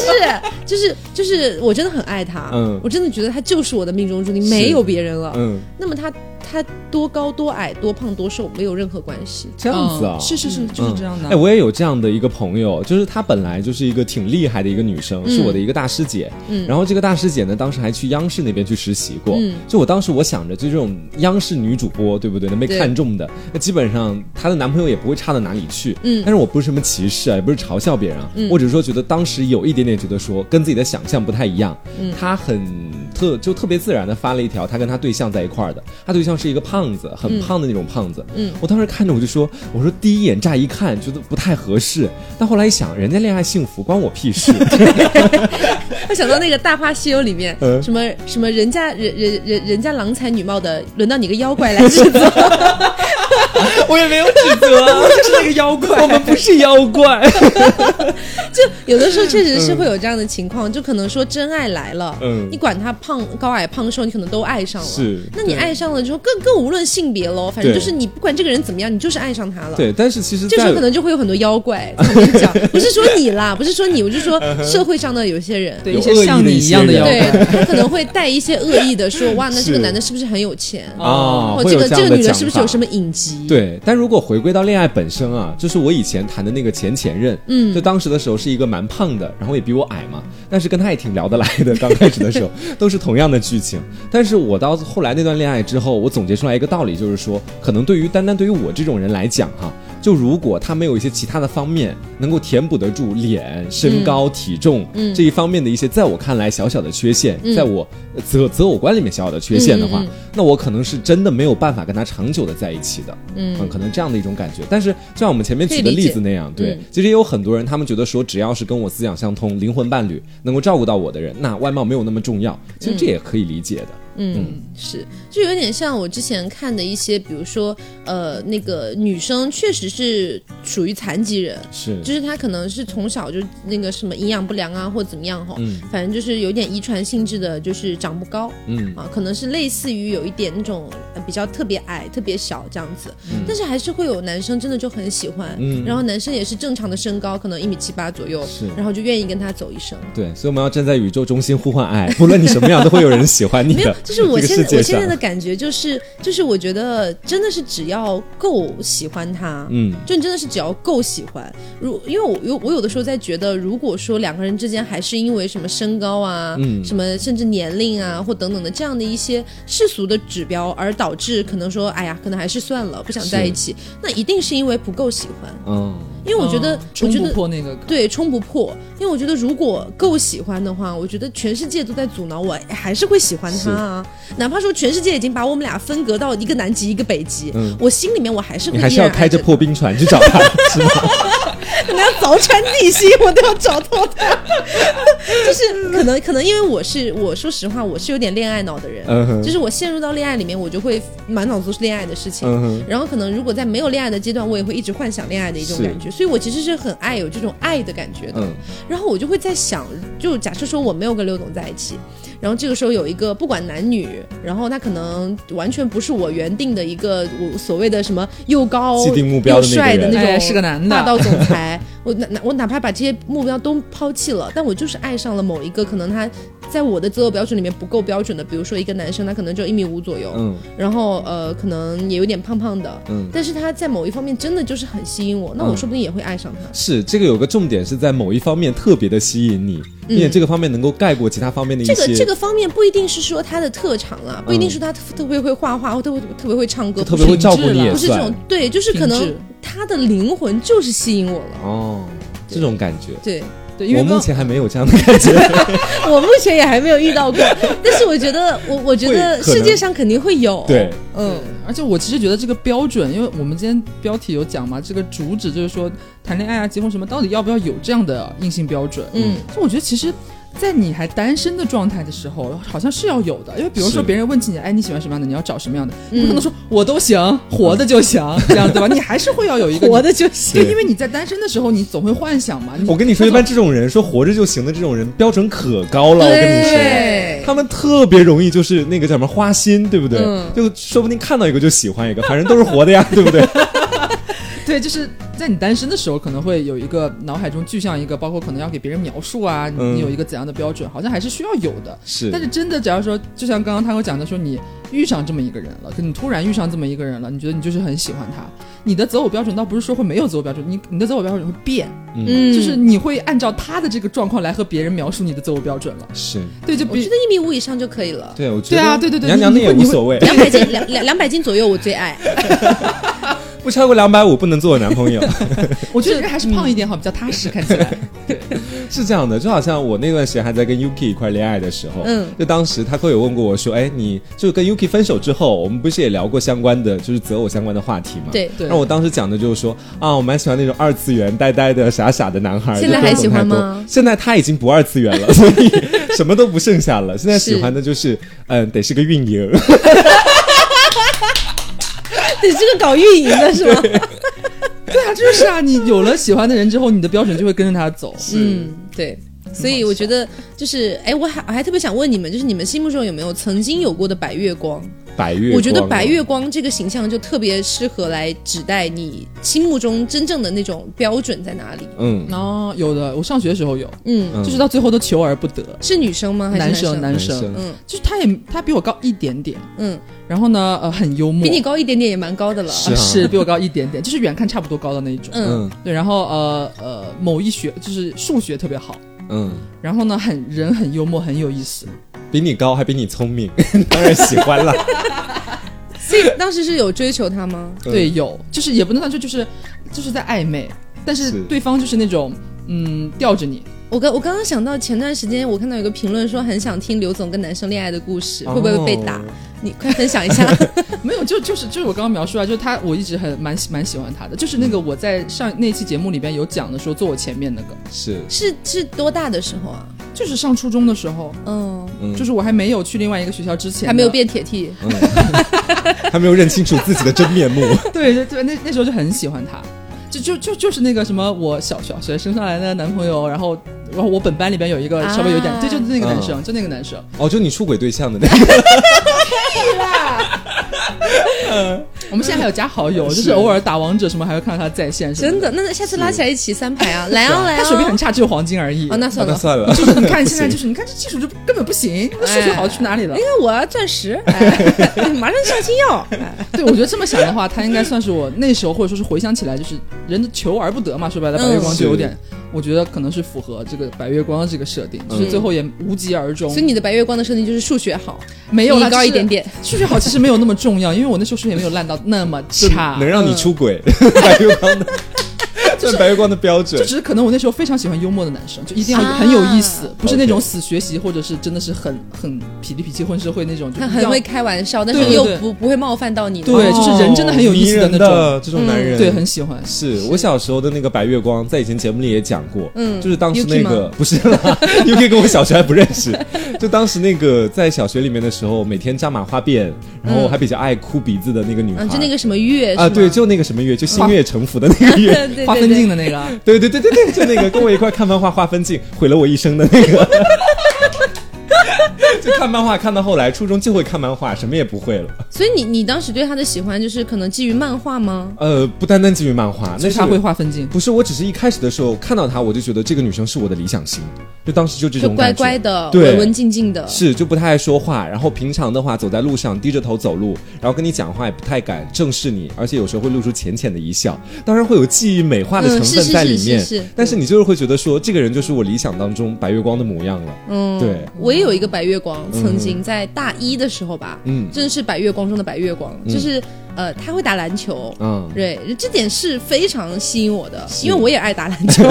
Speaker 2: 就是就是，我真的很爱他，
Speaker 1: 嗯
Speaker 2: 我真的觉得他就是我的命中注定，
Speaker 1: 是
Speaker 2: 没有别人了。
Speaker 1: 嗯，
Speaker 2: 那么他他多高多矮多胖多瘦没有任何关系。
Speaker 1: 这样子啊，
Speaker 2: 哦
Speaker 3: 嗯是是是，就是这样的。
Speaker 1: 哎，我也有这样的一个朋友，就是她本来就是一个挺厉害的一个女生，是
Speaker 2: 嗯
Speaker 1: 我的一个大师姐。
Speaker 2: 嗯
Speaker 1: 然后这个大师姐呢，当时还去央视那边去实习过。
Speaker 2: 嗯
Speaker 1: 就我当时我想着，就这种央视女主播，对不对？能被
Speaker 2: 对
Speaker 1: 看中的，那基本上她的男朋友也不会差到哪里去。
Speaker 2: 嗯
Speaker 1: 但是我不是什么歧视啊，也不是嘲笑别人啊，我只是说觉得当时有一点点觉得说跟自己的想象不太一样。嗯，她很特就特别自然的发了一条她跟她对象在一块儿的，她对象是一个胖子，很胖的那种胖子。
Speaker 2: 嗯
Speaker 1: 我当时看着我就说，我说第一眼乍一看觉得不太合适，但后来一想，人家恋爱幸福关我屁
Speaker 2: *laughs*
Speaker 1: 事。
Speaker 2: 他想到那个《大话西游》里面，
Speaker 1: 嗯
Speaker 2: 什么什么人家人人人人家郎才女貌的，轮到你个妖怪来制作，
Speaker 1: 我也没有指责，啊
Speaker 3: *laughs*
Speaker 1: 我就是那个妖怪，我们不是妖怪。
Speaker 2: 就 *laughs* 有的时候确实是会有这样的情况，就可能说真爱来了，
Speaker 1: 嗯
Speaker 2: 你管他胖高矮胖瘦，你可能都爱上了。
Speaker 1: 是
Speaker 2: 那你
Speaker 1: 对
Speaker 2: 爱上了之后，更更无论性别喽，反正
Speaker 1: 对
Speaker 2: 就是你不管这个人怎么样，你就是爱上他了。
Speaker 1: 对，但是其实
Speaker 2: 这时
Speaker 1: 在
Speaker 2: 候可能就会有很多
Speaker 1: *laughs*
Speaker 2: 妖怪在那边讲，不是说你啦，不是说你，我是
Speaker 1: 嗯
Speaker 2: 说社会上的有些人，
Speaker 3: 对
Speaker 1: 有
Speaker 3: 一些
Speaker 1: 恶意
Speaker 3: 像
Speaker 1: 的
Speaker 3: 你
Speaker 1: 一
Speaker 3: 一
Speaker 1: 些
Speaker 3: 样的
Speaker 1: 人
Speaker 3: 妖
Speaker 2: 对
Speaker 3: 怪，
Speaker 2: 他可能会带一些恶意的
Speaker 1: *laughs*
Speaker 2: 说，哇，那这个
Speaker 1: 是
Speaker 2: 男的是不是很有钱？
Speaker 1: 啊，
Speaker 2: 哦，
Speaker 1: 会
Speaker 2: 这
Speaker 1: 有
Speaker 2: 个
Speaker 1: 这
Speaker 2: 这
Speaker 1: 样
Speaker 2: 个
Speaker 1: 的
Speaker 2: 女人
Speaker 1: 讲
Speaker 2: 是不是有
Speaker 1: 法
Speaker 2: 什么隐疾？，
Speaker 1: 对，但如果回归到恋爱本身啊，就是我以前谈的那个前前任，
Speaker 2: 嗯
Speaker 1: 就当时的时候是一个蛮胖的，然后也比我矮嘛，但是跟他也挺聊得来的。刚开始的
Speaker 2: *laughs*
Speaker 1: 时候都是同样的剧情，但是我到后来那段恋爱之后，我总结出来一个道理，就是说，可能对于单单对于我这种人来讲哈、就如果他没有一些其他的方面能够填补得住脸、身高、体重、
Speaker 2: 嗯
Speaker 1: 这一方面的一些，在我看来小小的缺陷，在我呃择择偶观里面小小的缺陷的话，
Speaker 2: 嗯嗯
Speaker 1: 那我可能是真的没有办法跟他长久的在一起的。嗯，可能这样的一种感觉。但是就像我们前面举的例子那样，
Speaker 2: 可以理
Speaker 1: 对，
Speaker 2: 解嗯
Speaker 1: 其实也有很多人，他们觉得说，只要是跟我思想相通、灵魂伴侣能够照顾到我的人，那外貌没有那么重要。其实这也可以理解的。
Speaker 2: 嗯，是，就有点像我之前看的一些，比如说，呃，那个女生确实是属于残疾人，
Speaker 1: 是
Speaker 2: 就是她可能是从小就那个什么营养不良啊，或怎么样哈，
Speaker 1: 嗯
Speaker 2: 反正就是有点遗传性质的，就是长不高，
Speaker 1: 嗯
Speaker 2: 啊，可能是类似于有一点那种呃比较特别矮、特别小这样子，但是还是会有男生真的就很喜欢，
Speaker 1: 嗯
Speaker 2: 然后男生也是正常的身高，可能一米七八左右
Speaker 1: 是，
Speaker 2: 然后就愿意跟他走一生。
Speaker 1: 对，所以我们要站在宇宙中心呼唤爱，不论你什么样，都会有人喜欢你
Speaker 2: 没有
Speaker 1: 的。，
Speaker 2: 就是我
Speaker 1: 这个
Speaker 2: 现
Speaker 1: 世
Speaker 2: 在
Speaker 1: 界
Speaker 2: 我现在
Speaker 1: 上
Speaker 2: 的感觉就是，就是我觉得真的是只要够喜欢他，
Speaker 1: 嗯
Speaker 2: 就你真的是只要够喜欢。如因为我有我有的时候在觉得，如果说两个人之间还是因为什么身高啊，
Speaker 1: 嗯
Speaker 2: 什么甚至年龄啊或等等的这样的一些世俗的指标，而导致可能说，哎呀，可能还是算了，不想在一起，那一定是因为不够喜欢。
Speaker 1: 嗯，
Speaker 2: 因为我觉得，
Speaker 3: 嗯
Speaker 2: 我
Speaker 3: 冲
Speaker 2: 觉
Speaker 3: 不
Speaker 2: 得
Speaker 3: 破那个坎。
Speaker 2: 对，冲不破。因为我觉得，如果够喜欢的话，我觉得全世界都在阻挠我，哎还是会喜欢他啊。哪怕说全世界已经把我们俩分隔到一个南极一个北极，
Speaker 1: 嗯
Speaker 2: 我心里面我还是会
Speaker 1: 你
Speaker 2: 依
Speaker 1: 还
Speaker 2: 然
Speaker 1: 是要开着
Speaker 2: 爱
Speaker 1: 破冰船去找他，是吗？
Speaker 2: 他，我要凿穿地心， *laughs* 我都要找到他。 *laughs* 就是可能可能因为我是我说实话，我是有点恋爱脑的人，
Speaker 1: 嗯哼
Speaker 2: 就是我陷入到恋爱里面，我就会满脑子都是恋爱的事情。
Speaker 1: 嗯哼
Speaker 2: 然后可能如果在没有恋爱的阶段，我也会一直幻想恋爱的一种
Speaker 1: 是
Speaker 2: 感觉，所以我其实是很爱有这种爱的感觉的。
Speaker 1: 嗯
Speaker 2: 然后我就会在想，就假设说我没有跟刘总在一起，然后这个时候有一个不管男女，然后他可能完全不是我原定的一个我所谓的什么又高
Speaker 1: 既定目标
Speaker 2: 哦又
Speaker 1: 的那个
Speaker 2: 帅的
Speaker 1: 人
Speaker 2: 那种，
Speaker 3: 哎是个男的
Speaker 2: 霸道总裁。 *laughs* 我哪哪我哪怕把这些目标都抛弃了，但我就是爱上了某一个可能他在我的择偶标准里面不够标准的，比如说一个男生他可能就一米五左右，
Speaker 1: 嗯
Speaker 2: 然后呃可能也有点胖胖的。
Speaker 1: 嗯。
Speaker 2: 但是他在某一方面真的就是很吸引我，那我
Speaker 1: 嗯
Speaker 2: 说不定也会爱上他。
Speaker 1: 是这个有个重点是在某一方面特别的吸引你，并且这个方面能够盖过其他方面的一些。嗯
Speaker 2: 这个这个方面不一定是说他的特长啊，不一定是他特特别会画画，或特别特别会唱歌，
Speaker 1: 特别会照顾你
Speaker 2: 不
Speaker 1: 也
Speaker 2: 是这
Speaker 1: 算
Speaker 2: 种对，就是可
Speaker 3: 品
Speaker 2: 能
Speaker 3: 质
Speaker 2: 他的灵魂就是吸引我了。
Speaker 1: 哦，这种感觉。
Speaker 2: 对
Speaker 3: 对，因为
Speaker 1: 我目
Speaker 3: 刚
Speaker 1: 前还没有这样的感觉，
Speaker 2: 我目前
Speaker 1: *laughs*
Speaker 2: 也还没有遇到过，但是我觉得我我觉得
Speaker 1: 会可能
Speaker 2: 世界上肯定会有。
Speaker 1: 对，
Speaker 2: 嗯，
Speaker 3: 而且我其实觉得这个标准，因为我们今天标题有讲嘛，这个主旨就是说谈恋爱啊、结婚什么，到底要不要有这样的硬性标准？
Speaker 2: 嗯，
Speaker 3: 就我觉得其实。在你还单身的状态的时候，好像是要有的，因为比如
Speaker 1: 是
Speaker 3: 说别人问起你，哎，你喜欢什么样的？你要找什么样的？
Speaker 2: 嗯
Speaker 3: 你不可能说我都行，活的就行，这样对吧？你还是会要有
Speaker 1: *laughs*
Speaker 3: 一个
Speaker 2: 活的就行。
Speaker 3: 对，因为你在单身的时候，你总会幻想嘛。
Speaker 1: 我跟你说，一般这种人说活着就行的这种人标准可高嗯了，我跟你说。
Speaker 2: 对，
Speaker 1: 他们特别容易就是那个叫什么花心，对不对？就说不定看到一个就喜欢一个，反正都是活的呀，对不对？
Speaker 3: 对，就是在你单身的时候，可能会有一个脑海中具象一个，包括可能要给别人描述啊，你
Speaker 1: 嗯
Speaker 3: 你有一个怎样的标准，好像还是需要有的。
Speaker 1: 是
Speaker 3: 但是真的，假如说，就像刚刚他跟我讲的，说你遇上这么一个人了，就你突然遇上这么一个人了，你觉得你就是很喜欢他，你的择偶标准倒不是说会没有择偶标准，你你的择偶标准会变，
Speaker 2: 嗯，
Speaker 3: 就是你会按照他的这个状况来和别人描述你的择偶标准了。
Speaker 1: 是，
Speaker 3: 对，就
Speaker 2: 我觉
Speaker 3: 比
Speaker 2: 得一米五以上就可以了，
Speaker 1: 对，我觉得
Speaker 3: 对啊对对对
Speaker 1: 娘娘的
Speaker 3: 你
Speaker 1: 也
Speaker 3: 会
Speaker 1: 无所谓，
Speaker 2: 两百斤两两两百斤左右我最爱。 *laughs*
Speaker 1: 不超过两百五不能做我男朋友。
Speaker 3: 我觉得人还是胖一点好，比较踏实，看起来。
Speaker 1: 是这样的，就好像我那段时间还在跟 Yuki 一块恋爱的时候，
Speaker 2: 嗯
Speaker 1: 就当时他会有问过我说，哎，你就跟 Yuki 分手之后，我们不是也聊过相关的，就是择偶相关的话题吗？
Speaker 2: 对
Speaker 3: 对
Speaker 1: 那我当时讲的就是说啊，我蛮喜欢那种二次元呆呆的傻傻的男孩儿，
Speaker 2: 现在
Speaker 1: 就不用
Speaker 2: 还
Speaker 1: 懂
Speaker 2: 喜欢
Speaker 1: 太多
Speaker 2: 吗
Speaker 1: 现在他已经不二次元
Speaker 2: *laughs*
Speaker 1: 了，所以什么都不剩下了。现在喜欢的就是，嗯、得是个运营，
Speaker 2: 你这个搞运营的是吗？
Speaker 3: 对啊，就是啊，你有了喜欢的人之后，你的标准就会跟着他走。
Speaker 2: 嗯，对。所以我觉得就是，哎，我还我还特别想问你们，就是你们心目中有没有曾经有过的白月光？啊
Speaker 1: 白月光。
Speaker 2: 我觉得白月光这个形象就特别适合来指代你心目中真正的那种标准在哪里。
Speaker 1: 嗯，
Speaker 3: 哦，有的，我上学的时候有，
Speaker 2: 嗯，
Speaker 1: 嗯
Speaker 3: 就是到最后都求而不得。
Speaker 2: 是女生吗？还是
Speaker 3: 男
Speaker 2: 生？
Speaker 3: 生，男
Speaker 1: 男生
Speaker 3: 生，
Speaker 2: 嗯
Speaker 3: 就是他也他比我高一点点，
Speaker 2: 嗯，
Speaker 3: 然后呢，呃，很幽默，
Speaker 2: 比你高一点点也蛮高的了。
Speaker 1: 是啊
Speaker 3: 是比我高一点点，就是远看差不多高的那一种。
Speaker 2: 嗯
Speaker 1: 嗯
Speaker 3: 对，然后呃呃，某一学就是数学特别好，
Speaker 1: 嗯，
Speaker 3: 然后呢，很人很幽默，很有意思。
Speaker 1: 比你高还比你聪明， *laughs* 当然喜欢
Speaker 2: *laughs*
Speaker 1: 了。
Speaker 2: 所以当时是有追求她吗？
Speaker 1: 嗯
Speaker 3: 对，有，就是也不能算是就是就是在暧昧，但
Speaker 1: 是
Speaker 3: 是对方就是那种嗯吊着你， *laughs*
Speaker 2: 我刚我刚刚想到前段时间我看到有个评论说很想听刘总跟男生恋爱的故事，会不会被打
Speaker 1: 哦？
Speaker 2: 你快分享一 *laughs* 下。
Speaker 3: 没有，就就是就是我刚刚描述啊，就是他，我一直很蛮喜蛮喜欢他的，就是那个我在上那期节目里边有讲的说坐我前面那个，
Speaker 1: 是，
Speaker 2: 是是多大的时候啊？
Speaker 3: 就是上初中的时候，
Speaker 2: 嗯，
Speaker 1: 嗯
Speaker 3: 就是我还没有去另外一个学校之前，
Speaker 2: 还没有，变铁 T。
Speaker 1: 还没有认清楚自己的真面
Speaker 3: *laughs*
Speaker 1: 目。
Speaker 3: 对对对，那那时候就很喜欢他，就就就就是那个什么我小小学生上来的男朋友，然后然后我本班里边有一个稍微有点，
Speaker 2: 啊
Speaker 3: 对，就是那个男生，就那个男生，
Speaker 1: 哦，就你出轨对象的那个，
Speaker 3: 我们现在还有加好友，就是是偶尔打王者什么还会看到他在线什么
Speaker 2: 真的，那那下次拉起来一起三排啊！来啊来啊！
Speaker 3: 他水平很差，只有黄金而已。
Speaker 2: 啊，那算
Speaker 1: 哦那
Speaker 2: 了。
Speaker 1: 算了。
Speaker 3: 就是你看现在就是你看这技术就根本不行，那数学
Speaker 2: 哎
Speaker 3: 好去哪里了 *laughs*
Speaker 2: 应？该我要钻石，
Speaker 1: *laughs*
Speaker 2: 哎马上上新药。哎
Speaker 3: 对，我觉得这么想的话，他应该算是我那时候，或者说是回想起来，就是人的求而不得嘛。说白了，白
Speaker 2: 嗯
Speaker 3: 月光就有点，我觉得可能是符合这个白月光的这个设定，就是最后也无疾而终。
Speaker 2: 嗯所以你的白月光的设定就是数学好，
Speaker 3: 没有
Speaker 2: 比
Speaker 3: 啦
Speaker 2: 你高一点，点。
Speaker 3: 就是数学好其实没有那么重要，因为我那时候数学没有烂到那么差，嗯
Speaker 1: 能让你出轨，白月光的，这是白月光的标
Speaker 3: *laughs* 就
Speaker 1: 准
Speaker 3: 只是可能我那时候非常喜欢幽默的男生，就一定要
Speaker 2: 啊
Speaker 3: 很有意思，不是
Speaker 1: OK
Speaker 3: 那种死学习，或者是真的是很很痞里痞气混社会那种，就
Speaker 2: 他
Speaker 3: 一
Speaker 2: 很
Speaker 3: 定要
Speaker 2: 会开玩笑，但
Speaker 3: 对
Speaker 2: 是
Speaker 3: 对
Speaker 2: 又
Speaker 3: 对
Speaker 2: 不不会冒犯到你。
Speaker 1: 哦
Speaker 3: 对就是人真的很有意思的那种嗯
Speaker 1: 迷人的这种男人，
Speaker 3: 对，很喜欢。
Speaker 1: 是我小时候的那个白月光，在以前节目里也讲过，
Speaker 2: 嗯
Speaker 1: 就是当时那
Speaker 2: Yuki
Speaker 1: 个不是
Speaker 3: *laughs*
Speaker 1: 啦，UK 跟我小学还不认识，就当时那个在小学里面的时候，每天扎马花辫，然
Speaker 3: 嗯
Speaker 1: 后还比较爱哭鼻子的那个女孩，
Speaker 2: 嗯，就那个什么月
Speaker 1: 啊，对，，就那个什么月，就心悦诚服的那个
Speaker 3: *laughs*
Speaker 1: 月，
Speaker 2: *laughs* 对
Speaker 3: 划分镜
Speaker 2: 的。
Speaker 3: 的那个啊，
Speaker 1: 对对对对对，就那个跟我一块看漫画画分镜，毁了我一生的那
Speaker 3: *laughs*
Speaker 1: 个。就看漫画看到后来，初中就会看漫画，什么也不会了。
Speaker 2: 所以你你当时对他的喜欢就是可能基于漫画吗？
Speaker 1: 呃，不单单基于漫画，那
Speaker 3: 就是他会划分镜。
Speaker 1: 不是？我只是一开始的时候看到她，我就觉得这个女生是我的理想型，就当时就这
Speaker 2: 就
Speaker 1: 种
Speaker 2: 乖
Speaker 1: 感觉
Speaker 2: 乖的，
Speaker 1: 对
Speaker 2: 文文静静的。
Speaker 1: 是就不太爱说话，然后平常的话走在路上低着头走路，然后跟你讲话也不太敢正视你，而且有时候会露出浅浅的一笑，当然会有记忆美化的成
Speaker 2: 嗯是
Speaker 1: 分
Speaker 2: 是
Speaker 1: 在里
Speaker 2: 是
Speaker 1: 面，
Speaker 2: 是是
Speaker 1: 但是你就是会觉得说这个人就是我理想当中白月光的模样了，嗯，对，
Speaker 2: 我也有一个白月光，曾经在大一的时候吧，
Speaker 1: 嗯
Speaker 2: 真的是白月光中的白月光，就是呃，他会打篮球，
Speaker 1: 嗯，
Speaker 2: 对，这点是非常吸引我的，
Speaker 1: 是
Speaker 2: 因为我也爱打
Speaker 1: *laughs*
Speaker 2: 篮球。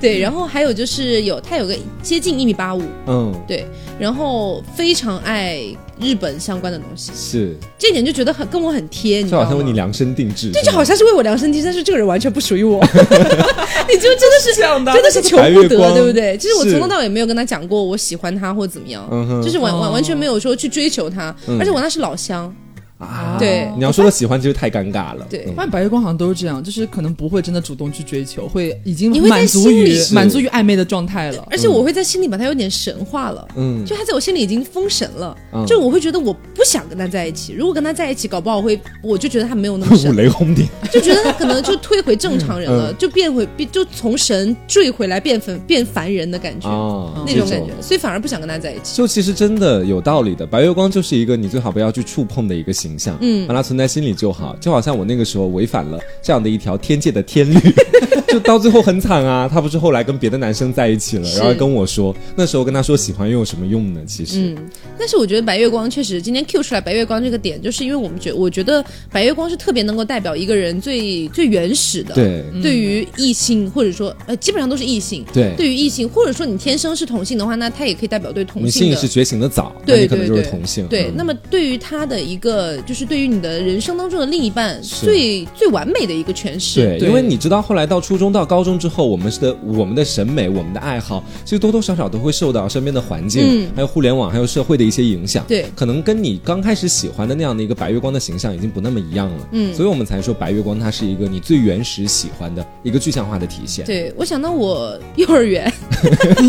Speaker 2: 对，然后还有就是有他有个接近一米八五，
Speaker 1: 嗯，
Speaker 2: 对，然后非常爱日本相关的东西，
Speaker 1: 是，
Speaker 2: 这点就觉得很跟我很贴，你知
Speaker 1: 就
Speaker 2: 道
Speaker 1: 好
Speaker 2: 吗
Speaker 1: 像为你量身定制，
Speaker 2: 对，就好像是为我量身定制，但是这个人完全不属于我，
Speaker 1: *laughs*
Speaker 2: 你就真的是
Speaker 3: 这样的
Speaker 2: 真的是求
Speaker 1: 白
Speaker 2: 不
Speaker 1: 月光
Speaker 2: 得，对不对？其实我
Speaker 1: 是
Speaker 2: 从头到尾没有跟他讲过我喜欢他或怎么样，
Speaker 1: 嗯哼
Speaker 2: 就是完完
Speaker 3: 哦
Speaker 2: 完全没有说去追求他，
Speaker 1: 嗯
Speaker 2: 而且我那是老乡，
Speaker 1: 啊，
Speaker 2: 对
Speaker 1: 你要说的喜欢，其实太尴尬了，
Speaker 2: 对
Speaker 1: 嗯
Speaker 3: 发现白月光好像都是这样，就是可能不会真的主动去追求，会已经
Speaker 2: 你会在
Speaker 3: 满足
Speaker 2: 心
Speaker 3: 于
Speaker 2: 里
Speaker 1: 是
Speaker 3: 满足于暧昧的状态 *laughs* 了。
Speaker 2: 而且我会在心里把他有点神化了。
Speaker 1: 嗯，
Speaker 2: 就他在我心里已经封神了，
Speaker 1: 嗯
Speaker 2: 就我会觉得我不想跟他在一起。如果跟他在一起，搞不好我会我就觉得他没有那么
Speaker 1: *laughs* 五 *laughs*
Speaker 2: 神，
Speaker 1: 雷轰顶，
Speaker 2: 就觉得他可能就退回正常人
Speaker 1: *laughs* 嗯
Speaker 2: 了，就变回变就从神坠回来变凡变凡人的感觉，
Speaker 1: 哦
Speaker 2: 啊那种感觉，所以反而不想跟他在一起。
Speaker 1: 就其实真的有道理的，白月光就是一个你最好不要去触碰的一个形象，嗯，把它存在心里就好。就好像我那个时候违反了这样的一条天界的天律， *laughs* 就到最后很惨啊。他不是后来跟别的男生在一起了，
Speaker 2: 是
Speaker 1: 然后还跟我说，那时候跟他说喜欢又有什么用呢？其实，
Speaker 2: 但是我觉得白月光确实今天 Q 出来白月光这个点，就是因为我们觉我觉得白月光是特别能够代表一个人最最原始嗯的，，
Speaker 1: 对
Speaker 2: 对于异性或者说呃基本上都是异性，
Speaker 1: 对
Speaker 2: 对于异性或者说你天生是同性的话，那他也可以代表对同
Speaker 1: 女
Speaker 2: 性
Speaker 1: 性
Speaker 2: 的。
Speaker 1: 是觉醒的早，那
Speaker 2: 对
Speaker 1: 你可能
Speaker 2: 对
Speaker 1: 就是
Speaker 2: 对，
Speaker 1: 同性，
Speaker 2: 对，
Speaker 1: 嗯
Speaker 2: 那么对于他的一个，就是对于你的人生当中的另一半，
Speaker 1: 是
Speaker 2: 最最完美的一个诠释。
Speaker 1: 对，
Speaker 3: 对
Speaker 1: 因为你知道，后来到初中到高中之后，我们的我们的审美、我们的爱好，其实多多少少都会受到身边的环境、
Speaker 2: 嗯
Speaker 1: 还有互联网、还有社会的一些影响。
Speaker 2: 对
Speaker 1: 可能跟你刚开始喜欢的那样的一个白月光的形象已经不那么一样了。嗯，所以我们才说白月光它是一个你最原始喜欢的一个具象化的体现。，
Speaker 2: 对我想到我幼儿园，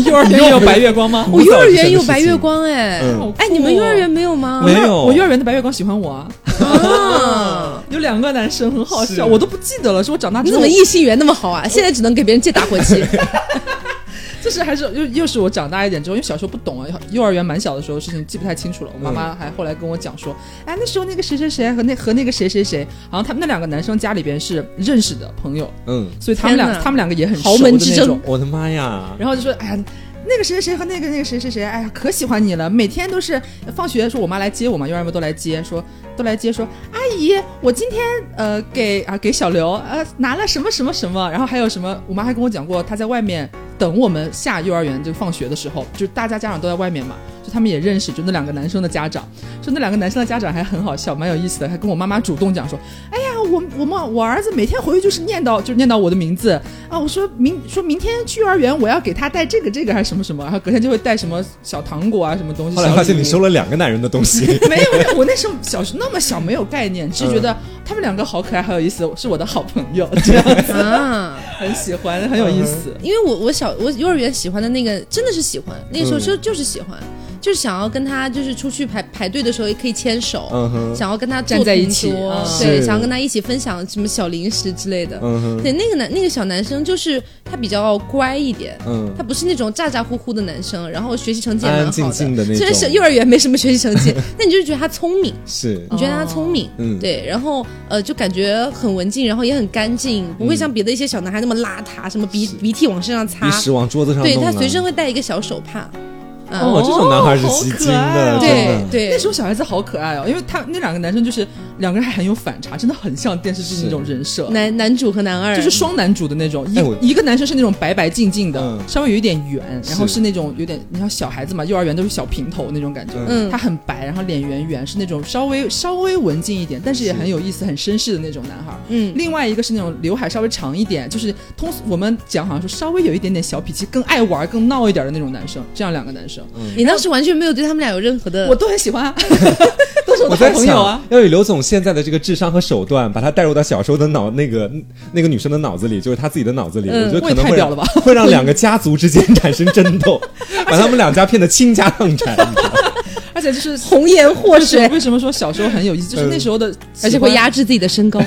Speaker 3: 幼儿园有白月光吗？
Speaker 2: 我幼儿园有
Speaker 1: 事
Speaker 2: 白月
Speaker 1: 情
Speaker 2: 光哎、
Speaker 1: 嗯
Speaker 2: *laughs* 哎，你们
Speaker 3: 哦
Speaker 2: 幼儿园没有吗？
Speaker 1: 没有
Speaker 3: 我幼儿园的白月光喜欢我啊，
Speaker 1: *laughs*
Speaker 2: 啊，
Speaker 3: 有两个男生很好
Speaker 1: 是
Speaker 3: 笑，我都不记得了，是我长大
Speaker 2: 你
Speaker 3: 之
Speaker 2: 怎
Speaker 3: 后
Speaker 2: 么异性缘那么好啊？现在只能给别人借打火
Speaker 1: *laughs*
Speaker 2: 机。
Speaker 3: 就是还是又又是我长大一点之后，因为小时候不懂啊，幼儿园蛮小的时候事情记不太清楚了。我
Speaker 2: 嗯
Speaker 3: 妈妈还后来跟我讲说，哎，那时候那个谁谁谁和那和那个谁谁谁，好像他们那两个男生家里边是认识的朋友，
Speaker 1: 嗯，
Speaker 3: 所以他们
Speaker 2: 天
Speaker 3: 俩
Speaker 2: 哪
Speaker 3: 他们两个也很熟
Speaker 2: 豪门之
Speaker 3: 的那
Speaker 2: 争。
Speaker 3: 种
Speaker 1: 我的妈呀！
Speaker 3: 然后就说，哎呀。那个谁谁谁和那个那个谁谁谁，哎呀，可喜欢你了！每天都是放学的时候，我妈来接我嘛，幼儿园都来接，说都来接说，阿姨，我今天呃给啊给小刘呃拿了什么什么什么，然后还有什么，我妈还跟我讲过，她在外面等我们下幼儿园就放学的时候，就大家家长都在外面嘛，就他们也认识，就那两个男生的家长，说那两个男生的家长还很好笑，蛮有意思的，还跟我妈妈主动讲说，哎呀，我我们我儿子每天回去就是念叨就是念叨我的名字啊，我说明说明天去幼儿园我要给他带这个这个还是什么什么，然后隔天就会带什么小糖果啊什么东西，
Speaker 1: 后来
Speaker 3: 小
Speaker 1: 发现
Speaker 3: 礼
Speaker 1: 你
Speaker 3: 物
Speaker 1: 收了两个男人的东西，
Speaker 3: *laughs* 没有，没有我那时候小时候那么小，没有概念，
Speaker 1: 嗯
Speaker 3: 只是觉得他们两个好可爱，好有意思，是我的好朋友，这样子
Speaker 2: 啊，
Speaker 3: 很喜欢，很有
Speaker 1: 嗯
Speaker 3: 意思。
Speaker 2: 因为我我小我幼儿园喜欢的那个真的是喜欢，那个时
Speaker 1: 嗯
Speaker 2: 候就、就是喜欢，就是想要跟他就是出去排排队的时候也可以牵手，
Speaker 1: 嗯哼
Speaker 2: 想要跟他坐
Speaker 3: 站在一
Speaker 2: 同
Speaker 3: 起
Speaker 2: 桌
Speaker 3: 嗯
Speaker 2: 啊对，
Speaker 1: 是
Speaker 2: 想要跟他一起分享什么小零食之类的。
Speaker 1: 嗯哼
Speaker 2: 对，那个男那个小男生就是他比较乖一点，
Speaker 1: 嗯
Speaker 2: 他不是那种咋咋呼呼的男生，然后学习成绩也
Speaker 1: 安
Speaker 2: 蛮
Speaker 1: 安
Speaker 2: 好
Speaker 1: 静静的那
Speaker 2: 虽然
Speaker 1: 种
Speaker 2: 小幼儿园没什么学习成
Speaker 1: *laughs*
Speaker 2: 绩，但你就是觉得他聪明，
Speaker 1: 是
Speaker 2: 你觉得他聪明，
Speaker 1: 哦嗯
Speaker 2: 对，然后呃，就感觉很文静，然后也很干净，不会像别的一些小男孩那么邋遢，什么鼻鼻涕往身上擦
Speaker 1: 你，屎往桌子上
Speaker 2: 对
Speaker 1: 弄啊
Speaker 2: 他
Speaker 1: 了
Speaker 2: 随身会带一个小手帕，啊
Speaker 1: 哦，这种男孩是
Speaker 3: 哦好
Speaker 1: 吸
Speaker 3: 可
Speaker 1: 睛
Speaker 3: 爱
Speaker 1: 的，
Speaker 3: 哦
Speaker 1: 真
Speaker 2: 对
Speaker 1: 的。
Speaker 2: 对，
Speaker 3: 那时候小孩子好可爱哦，因为他那两个男生就是两个人还很有反差，真的很像电视剧那种人
Speaker 1: 哦
Speaker 3: 设。
Speaker 2: 男男主和男二
Speaker 3: 就是双男主的那种，一、
Speaker 1: 哎我
Speaker 3: 一个男生是那种白白净净的，
Speaker 1: 嗯
Speaker 3: 稍微有一点圆，然后
Speaker 1: 是
Speaker 3: 是那种有点，你像小孩子嘛，幼儿园都是小平头那种感觉，
Speaker 2: 嗯
Speaker 3: 他很白，然后脸圆圆，是那种稍微稍微文静一点，但是也很有意思、很绅士的那种男孩。
Speaker 2: 嗯
Speaker 3: 另外一个是那种刘海稍微长一点，就是通俗我们讲好像说稍微有一点点小脾气，更爱玩、更闹一点的那种男生，这样两个男生，
Speaker 2: 你当时完全没有对他们俩有任何的，
Speaker 3: 我都很喜欢、
Speaker 1: *laughs*
Speaker 3: 啊，都是我
Speaker 1: 我
Speaker 3: 的
Speaker 1: 在
Speaker 3: 好
Speaker 1: 想，
Speaker 3: 朋友啊。
Speaker 1: 要以刘总现在的这个智商和手段，把他带入到小时候的脑那个那个女生的脑子里，就是他自己的脑子里，
Speaker 2: 嗯
Speaker 1: 我觉得可能
Speaker 3: 我也
Speaker 1: 会
Speaker 3: 太屌了吧
Speaker 1: 会让两个家族之间产生争斗，把他们两家变得倾家荡产。你知道吗
Speaker 3: 而且就是
Speaker 2: 红颜祸水，
Speaker 3: 为什么说小时候很有意思，
Speaker 1: 嗯
Speaker 3: 就是那时候的喜欢，
Speaker 2: 而且会压制自己的身 *laughs* 高，啊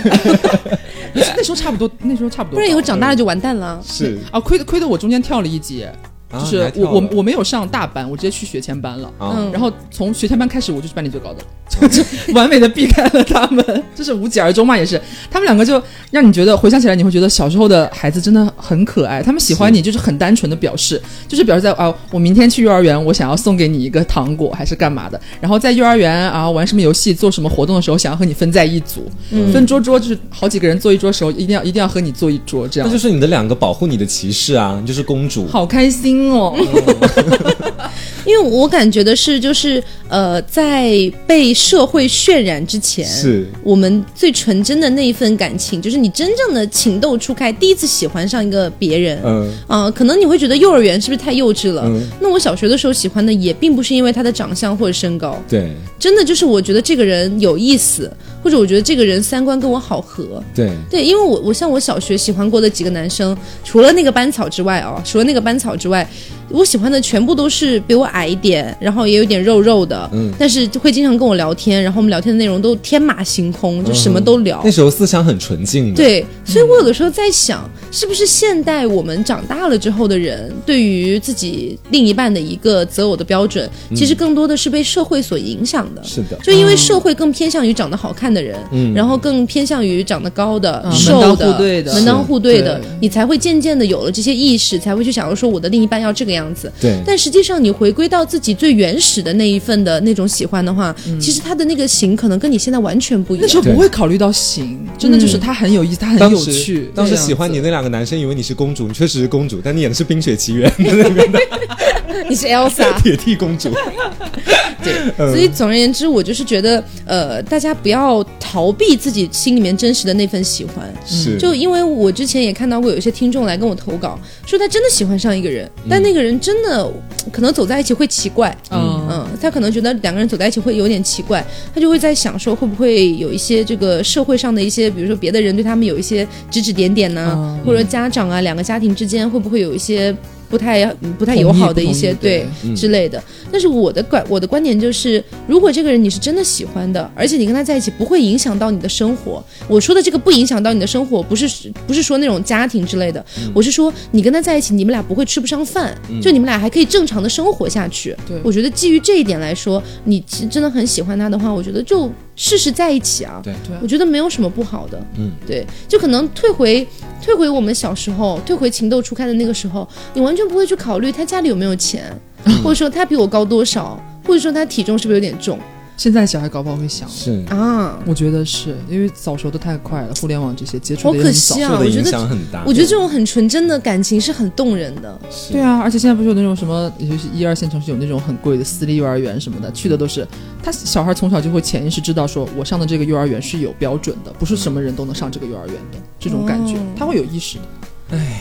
Speaker 3: 那时候差不多，那时候差不
Speaker 2: 不
Speaker 3: 多高，
Speaker 2: 然以后长大了就完蛋了。
Speaker 3: *laughs*
Speaker 1: 是
Speaker 3: 啊，亏得亏得我中间跳了一节，
Speaker 1: 啊
Speaker 3: 就是
Speaker 1: 你还
Speaker 3: 我
Speaker 1: 跳
Speaker 3: 我
Speaker 1: 了
Speaker 3: 我没有上大班，我直接去学前班了。
Speaker 1: 啊
Speaker 2: 嗯
Speaker 3: 然后从学前班开始，我就是班里最高的， *laughs* 就完美的避开了他们，就是无疾而终嘛，也是。他们两个就让你觉得回想起来，你会觉得小时候的孩子真的很可爱，他们喜欢你就是很单纯的表示，就是表示在啊，我明天去幼儿园，我想要送给你一个糖果还是干嘛的，然后在幼儿园啊玩什么游戏、做什么活动的时候，想要和你分在一组，分桌桌就是好几个人坐一桌的时候，一定要一定要和你坐一桌这样
Speaker 1: 那就。是你的两个保护你的骑士啊，你就是公主。
Speaker 3: 好开心哦！
Speaker 2: *laughs*
Speaker 1: 嗯
Speaker 2: 因为我感觉的是，就是呃，在被社会渲染之前，
Speaker 1: 是
Speaker 2: 我们最纯真的那一份感情，就是你真正的情窦初开，第一次喜欢上一个别人。
Speaker 1: 嗯，
Speaker 2: 呃，可能你会觉得幼儿园是不是太幼稚了？
Speaker 1: 嗯
Speaker 2: 那我小学的时候喜欢的也并不是因为他的长相或者身高，
Speaker 1: 对
Speaker 2: 真的就是我觉得这个人有意思，或者我觉得这个人三观跟我好合。
Speaker 1: 对，
Speaker 2: 对，因为我我像我小学喜欢过的几个男生，除了那个班草之外哦，除了那个班草之外，我喜欢的全部都是比我矮一点，然后也有点肉肉的，
Speaker 1: 嗯
Speaker 2: 但是会经常跟我聊天，然后我们聊天的内容都天马行空，就什么都聊。
Speaker 1: 嗯那时候思想很纯净的。，
Speaker 2: 对，所以我有的时候在想，是不是现代我们长大了之后的人，对于自己另一半的一个择偶的标准，其实更多的是被社会所影响的。
Speaker 1: 嗯是的，
Speaker 2: 就因为社会更偏向于长得好看的人，
Speaker 1: 嗯
Speaker 2: 然后更偏向于长得高的、
Speaker 3: 嗯
Speaker 2: 瘦
Speaker 3: 门当户对的
Speaker 2: 门当户对的
Speaker 3: 对，
Speaker 2: 你才会渐渐的有了这些意识，才会去想要说我的另一半要这个样子。
Speaker 1: 对，
Speaker 2: 但实际上，你回归到自己最原始的那一份的那种喜欢的话，其实他的那个型可能跟你现在完全不一
Speaker 3: 嗯那
Speaker 2: 样
Speaker 3: 时。候不会考虑到型，真的就是他很有意思，他很
Speaker 1: 当
Speaker 3: 有
Speaker 1: 时
Speaker 3: 趣。
Speaker 1: 嗯当时
Speaker 3: 这样
Speaker 1: 喜欢
Speaker 3: 子
Speaker 1: 你那两个男生以为你是公主，你确实是公主，但你演的是《冰雪奇缘》的
Speaker 3: *laughs*
Speaker 2: *laughs* 你是 Elsa，
Speaker 1: 铁剃公主。
Speaker 2: 所以总而言之，我就是觉得，呃，大家不要逃避自己心里面真实的那份喜欢。
Speaker 1: 是，
Speaker 2: 就因为我之前也看到过有一些听众来跟我投稿，说他真的喜欢上一个人，但那个人真的可能走在一起会奇怪，
Speaker 3: 嗯
Speaker 2: 嗯，他可能觉得两个人走在一起会有点奇怪，他就会在想说会不会有一些这个社会上的一些，比如说别的人对他们有一些指指点点呢、
Speaker 3: 嗯
Speaker 2: 或者家长啊，两个家庭之间会不会有一些不太嗯不太友好的一些
Speaker 3: 同意不同意
Speaker 1: 对嗯
Speaker 2: 之类的。但是我的观我的观点就是，如果这个人你是真的喜欢的，而且你跟他在一起不会影响到你的生活，我说的这个不影响到你的生活，不是不是说那种家庭之类的，
Speaker 1: 嗯
Speaker 2: 我是说你跟他在一起，你们俩不会吃不上饭，就你们俩还可以正常的生活下去。
Speaker 3: 对
Speaker 2: 我觉得基于这一点来说，你其实真的很喜欢他的话，我觉得就试试在一起啊。
Speaker 1: 对
Speaker 3: 对
Speaker 2: 我觉得没有什么不好的。
Speaker 1: 嗯，
Speaker 2: 对，就可能退回退回我们小时候，退回情窦初开的那个时候，你完全不会去考虑他家里有没有钱，或者说他比我高多少，或者说他体重是不是有点重
Speaker 3: 现在小孩搞不好会想，
Speaker 1: 是，
Speaker 2: 啊？
Speaker 3: 我觉得是因为早熟的太快了，互联网这些接触
Speaker 2: 好
Speaker 3: 的也
Speaker 2: 可
Speaker 3: 很早
Speaker 2: 惜。啊！
Speaker 1: 受的
Speaker 2: 我觉
Speaker 1: 影
Speaker 2: 得，
Speaker 1: 响很大。
Speaker 2: 我觉得这种很纯真的感情是很动人的。
Speaker 1: 是
Speaker 3: 对，啊，而且现在不是有那种什么，也就是一二线城市有那种很贵的私立幼儿园什么的，去的都是他小孩从小就会潜意识知道说，我上的这个幼儿园是有标准的，不是什么人都能上这个幼儿园的这种感觉
Speaker 2: 哦，
Speaker 3: 他会有意识的，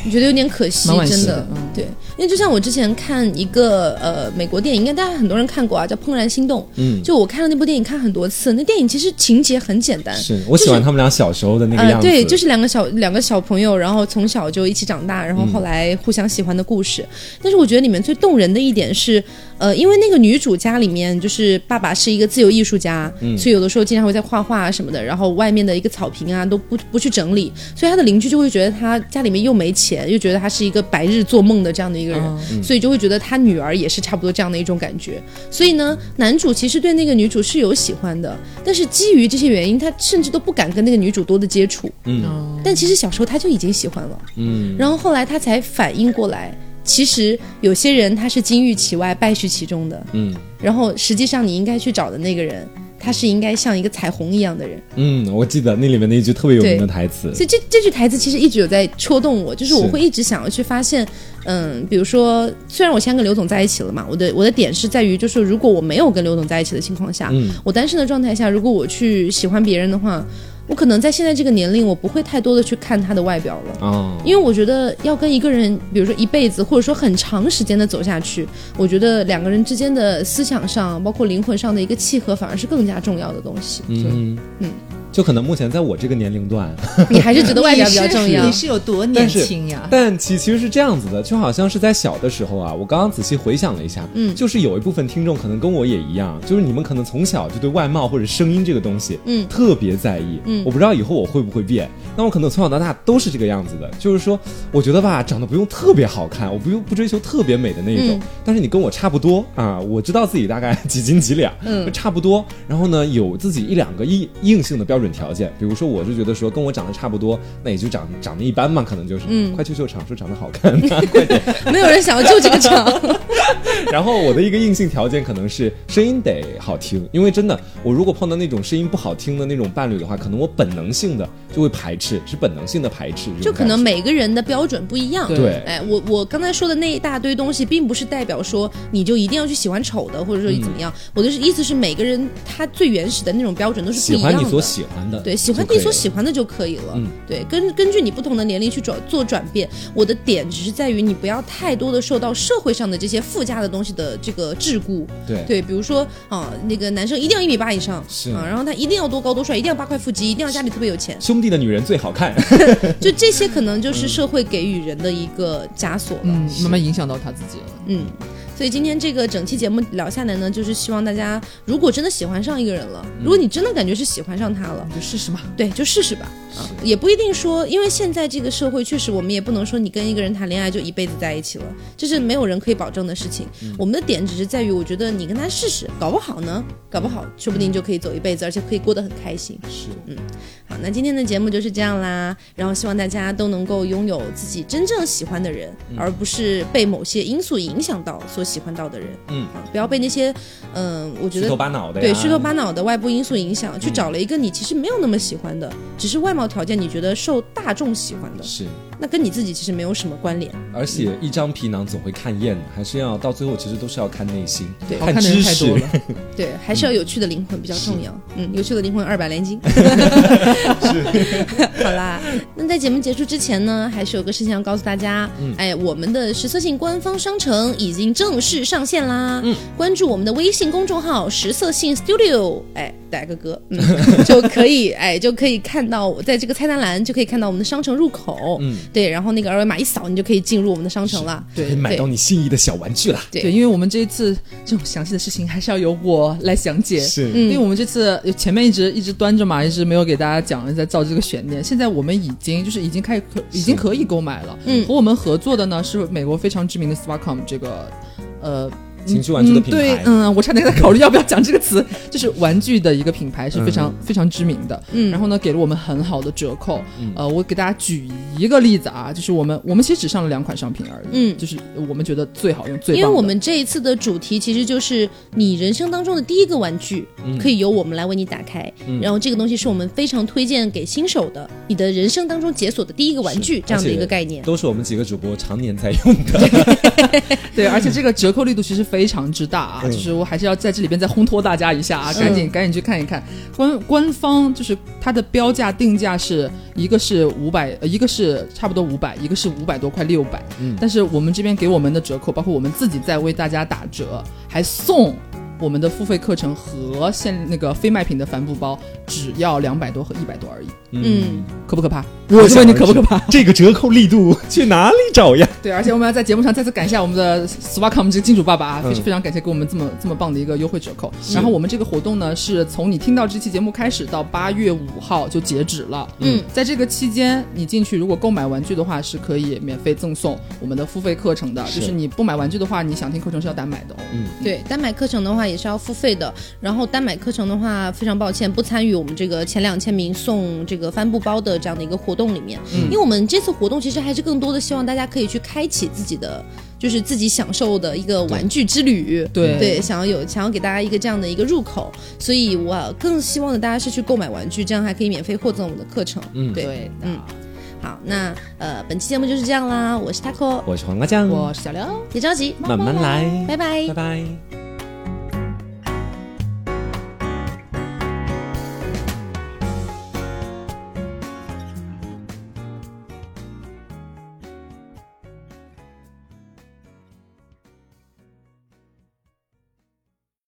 Speaker 2: 你觉得有点可惜
Speaker 3: 蛮惋，惜
Speaker 2: 真
Speaker 3: 的
Speaker 2: 的。。
Speaker 3: 嗯
Speaker 2: 对，因为就像我之前看一个呃美国电影，应该大家很多人看过啊，叫《怦然心动》。
Speaker 1: 嗯，
Speaker 2: 就我看了那部电影看很多次，那电影其实情节很简单，
Speaker 1: 是我喜欢他们俩小时候的那个样子。
Speaker 2: 呃对，就是两个小两个小朋友，然后从小就一起长大，
Speaker 1: 嗯
Speaker 2: 然后后来互相喜欢的故事。但是我觉得里面最动人的一点是，呃，因为那个女主家里面就是爸爸是一个自由艺术家，
Speaker 1: 嗯
Speaker 2: 所以有的时候经常会在画画啊什么的，然后外面的一个草坪啊都不不去整理，所以他的邻居就会觉得他家里面又没钱，又觉得他是一个白日做梦的这样的一个人，
Speaker 1: 哦
Speaker 2: 所以就会觉得他女儿也是差不多这样的一种感觉。所以呢，男主其实对那个女主是有喜欢的，但是基于这些原因，他甚至都不敢跟那个女主多的接触。
Speaker 1: 嗯
Speaker 2: 但其实小时候他就已经喜欢了，
Speaker 1: 嗯，
Speaker 2: 然后后来他才反应过来，其实有些人他是金玉其外，败絮其中的。
Speaker 1: 嗯
Speaker 2: 然后实际上你应该去找的那个人，他是应该像一个彩虹一样的人。
Speaker 1: 嗯，我记得那里面的一句特别有名的
Speaker 2: 对
Speaker 1: 台词。
Speaker 2: 所以这这句台词其实一直有在戳动我，就是我
Speaker 1: 是
Speaker 2: 会一直想要去发现，嗯，比如说，虽然我现在跟刘总在一起了嘛，我的我的点是在于，就是如果我没有跟刘总在一起的情况下，
Speaker 1: 嗯
Speaker 2: 我单身的状态下，如果我去喜欢别人的话，我可能在现在这个年龄，我不会太多的去看他的外表了。
Speaker 1: 哦，
Speaker 2: 因为我觉得要跟一个人，比如说一辈子，或者说很长时间的走下去，我觉得两个人之间的思想上，包括灵魂上的一个契合，反而是更加重要的东西。
Speaker 1: 嗯
Speaker 3: 对
Speaker 1: 嗯
Speaker 2: 嗯啊
Speaker 1: 就可能目前在我这个年龄段，
Speaker 2: 你还是觉得
Speaker 6: *laughs*
Speaker 2: 外
Speaker 6: 你
Speaker 2: 表比较
Speaker 6: 是
Speaker 2: 重要
Speaker 6: 你。是有多年
Speaker 1: 但是
Speaker 6: 轻呀？
Speaker 1: 但其其实是这样子的，就好像是在小的时候啊，我刚刚仔细回想了一下，嗯，就是有一部分听众可能跟我也一样，就是你们可能从小就对外貌或者声音这个东西，
Speaker 2: 嗯
Speaker 1: 特别在意，
Speaker 2: 嗯
Speaker 1: 我不知道以后我会不会变，那我可能从小到大都是这个样子的，就是说，我觉得吧，长得不用特别好看，我不用不追求特别美的那一种，
Speaker 2: 嗯
Speaker 1: 但是你跟我差不多啊，我知道自己大概 *laughs* 几斤几两，嗯，差不多，然后呢，有自己一两个硬硬性的标准条件，比如说我是觉得说跟我长得差不多，那也就长长得一般嘛，可能就是，
Speaker 2: 嗯
Speaker 1: 快去秀场说长得好
Speaker 2: *laughs*
Speaker 1: 看，
Speaker 2: 没有人想要救这个场。
Speaker 1: 然后我的一个硬性条件可能是声音得好听，因为真的，我如果碰到那种声音不好听的那种伴侣的话，可能我本能性的就会排斥，是本能性的排斥这种感觉，
Speaker 2: 就可能每个人的标准不一样。
Speaker 3: 对
Speaker 1: 对
Speaker 2: 哎，我我刚才说的那一大堆东西，并不是代表说你就一定要去喜欢丑的，或者说怎
Speaker 1: 嗯
Speaker 2: 么样。我的意思是，每个人他最原始的那种标准都是
Speaker 1: 喜
Speaker 2: 不一样
Speaker 1: 欢
Speaker 2: 的。
Speaker 1: 你所喜欢的，
Speaker 2: 对，喜欢
Speaker 1: 就可
Speaker 2: 你
Speaker 1: 以
Speaker 2: 所
Speaker 1: 了
Speaker 2: 喜欢的就可以了。
Speaker 1: 嗯
Speaker 2: 对，根根据你不同的年龄去转做转变。我的点只是在于你不要太多的受到社会上的这些附加的东西的这个桎梏。
Speaker 1: 对
Speaker 2: 对，比如说啊、那个男生一定要一米八以上
Speaker 1: 是
Speaker 2: 啊，然后他一定要多高多帅，一定要八块腹肌，一定要家里特别有钱。
Speaker 1: 兄弟的女人最好看，
Speaker 2: 就这些可能
Speaker 1: 嗯
Speaker 2: 就是社会给予人的一个枷锁了。
Speaker 3: 嗯，慢慢影响到他自己了。
Speaker 2: 嗯，所以今天这个整期节目聊下来呢，就是希望大家如果真的喜欢上一个人了，如果你真的感觉是喜欢上他了，
Speaker 3: 你就试试嘛。
Speaker 2: 对，就试试吧。啊，也不一定说，因为现在这个社会确实，我们也不能说你跟一个人谈恋爱就一辈子在一起了，这是没有人可以保证的事情。我们的点只是在于，我觉得你跟他试试，搞不好呢，搞不好说不定就可以走一辈子，而且可以过得很开心。
Speaker 1: 是
Speaker 2: 好，那今天的节目就是这样啦。然后希望大家都能够拥有自己真正喜欢的人，
Speaker 1: 嗯
Speaker 2: 而不是被某些因素影响到所喜欢到的人。
Speaker 1: 嗯
Speaker 2: 啊，不要被那些，嗯、我觉
Speaker 1: 虚
Speaker 2: 得
Speaker 1: 头巴脑的呀，嗯
Speaker 2: 对虚头巴脑的外部因素影响，去找了一个你其实没有那么喜欢的，只是外貌条件你觉得受大众喜欢的，
Speaker 1: 是。
Speaker 2: 那跟你自己其实没有什么关联。
Speaker 1: 而且一张皮囊总会看厌的，还是要到最后，其实都是要看内心，
Speaker 2: 对
Speaker 3: 好看的
Speaker 1: 知
Speaker 3: 人太多
Speaker 1: 识 *laughs*
Speaker 3: 了。，
Speaker 2: 对，还是要有趣的灵魂比较重要。嗯，有趣的灵魂二百连 *laughs*
Speaker 3: *laughs*
Speaker 2: 金。好啦，那在节目结束之前呢，还是有个事情要告诉大家。
Speaker 3: 嗯
Speaker 2: 哎，我们的实色性官方商城已经正式上线啦。
Speaker 3: 嗯
Speaker 2: 关注我们的微信公众号“实色性 Studio”，哎，打个歌，
Speaker 3: *laughs*
Speaker 2: 嗯，就可以，哎，就可以看到，在这个菜单栏就可以看到我们的商城入口。
Speaker 1: 嗯，
Speaker 2: 对，然后那个二维码一扫，你就可以进入我们的商城了。
Speaker 1: 可以买到你心仪的小玩具了。
Speaker 2: 对
Speaker 3: 对，因为我们这一次这种详细的事情还是要由我来详解。
Speaker 1: 是
Speaker 2: 嗯
Speaker 3: 因为我们这次前面一直一直端着嘛，一直没有给大家讲，在造这个悬念。现在我们已经就是已经开可已经可以购买了。
Speaker 2: 嗯
Speaker 3: 和我们合作的呢是美国非常知名的 Swacom 这个，呃。
Speaker 1: 情趣玩具的
Speaker 3: 嗯
Speaker 1: 品牌
Speaker 3: 对，嗯，我差点在考虑要不要讲这个词， *laughs* 就是玩具的一个品牌是非常、非常知名的，
Speaker 2: 嗯
Speaker 3: 然后呢，给了我们很好的折扣，
Speaker 1: 嗯
Speaker 3: 呃，我给大家举一个例子啊，就是我们我们其实只上了两款商品而已，
Speaker 2: 嗯
Speaker 3: 就是我们觉得最好用、最棒
Speaker 2: 因为
Speaker 3: 的
Speaker 2: 我们这一次的主题其实就是你人生当中的第一个玩具，
Speaker 3: 嗯
Speaker 2: 可以由我们来为你打开。然后这个东西是我们非常推荐给新手的，你的人生当中解锁的第一个玩具这样的一个概念。
Speaker 1: 都是我们几个主播常年在用的。
Speaker 3: 对，而且这个折扣力度其实非常之大啊，就是我还是要在这里边再烘托大家一下啊，赶紧赶紧去看一看。官官方就是它的标价定价是一个是五百、呃，一个是差不多五百，一个是五百多块六百、
Speaker 1: 嗯
Speaker 3: 但是我们这边给我们的折扣，包括我们自己在为大家打折，还送。我们的付费课程和现那个非卖品的帆布包只要两百多和一百多而已，
Speaker 2: 嗯，
Speaker 3: 可不可怕？我就问你可不可怕？
Speaker 1: 啊这个折扣力度去哪里找呀？
Speaker 3: 对，而且我们要在节目上再次感谢我们的 Swacom 这个金主爸爸啊，非、
Speaker 1: 嗯
Speaker 3: 非常感谢给我们这么这么棒的一个优惠折扣。然后我们这个活动呢，是从你听到这期节目开始到八月五号就截止了。
Speaker 2: 嗯，
Speaker 3: 在这个期间，你进去如果购买玩具的话，是可以免费赠送我们的付费课程的。
Speaker 1: 是
Speaker 3: 就是你不买玩具的话，你想听课程是要单买的哦。
Speaker 2: 对，单买课程的话也是要付费的。然后单买课程的话，非常抱歉不参与我们这个前两千名送这个帆布包的这样的一个活动里面，
Speaker 3: 嗯
Speaker 2: 因为我们这次活动其实还是更多的希望大家可以去开启自己的，就是自己享受的一个玩具之旅。
Speaker 3: 对
Speaker 1: 嗯
Speaker 2: 对，想要有想要给大家一个这样的一个入口，所以我更希望的大家是去购买玩具，这样还可以免费获赠我们的课程。
Speaker 1: 嗯
Speaker 2: 对，
Speaker 3: 对
Speaker 2: 嗯，好，那呃，本期节目就是这样啦，我是 taco，
Speaker 1: 我是黄瓜酱，
Speaker 3: 我是小刘。
Speaker 2: 别着急，
Speaker 1: 哦慢慢来，
Speaker 2: 拜拜
Speaker 1: 拜拜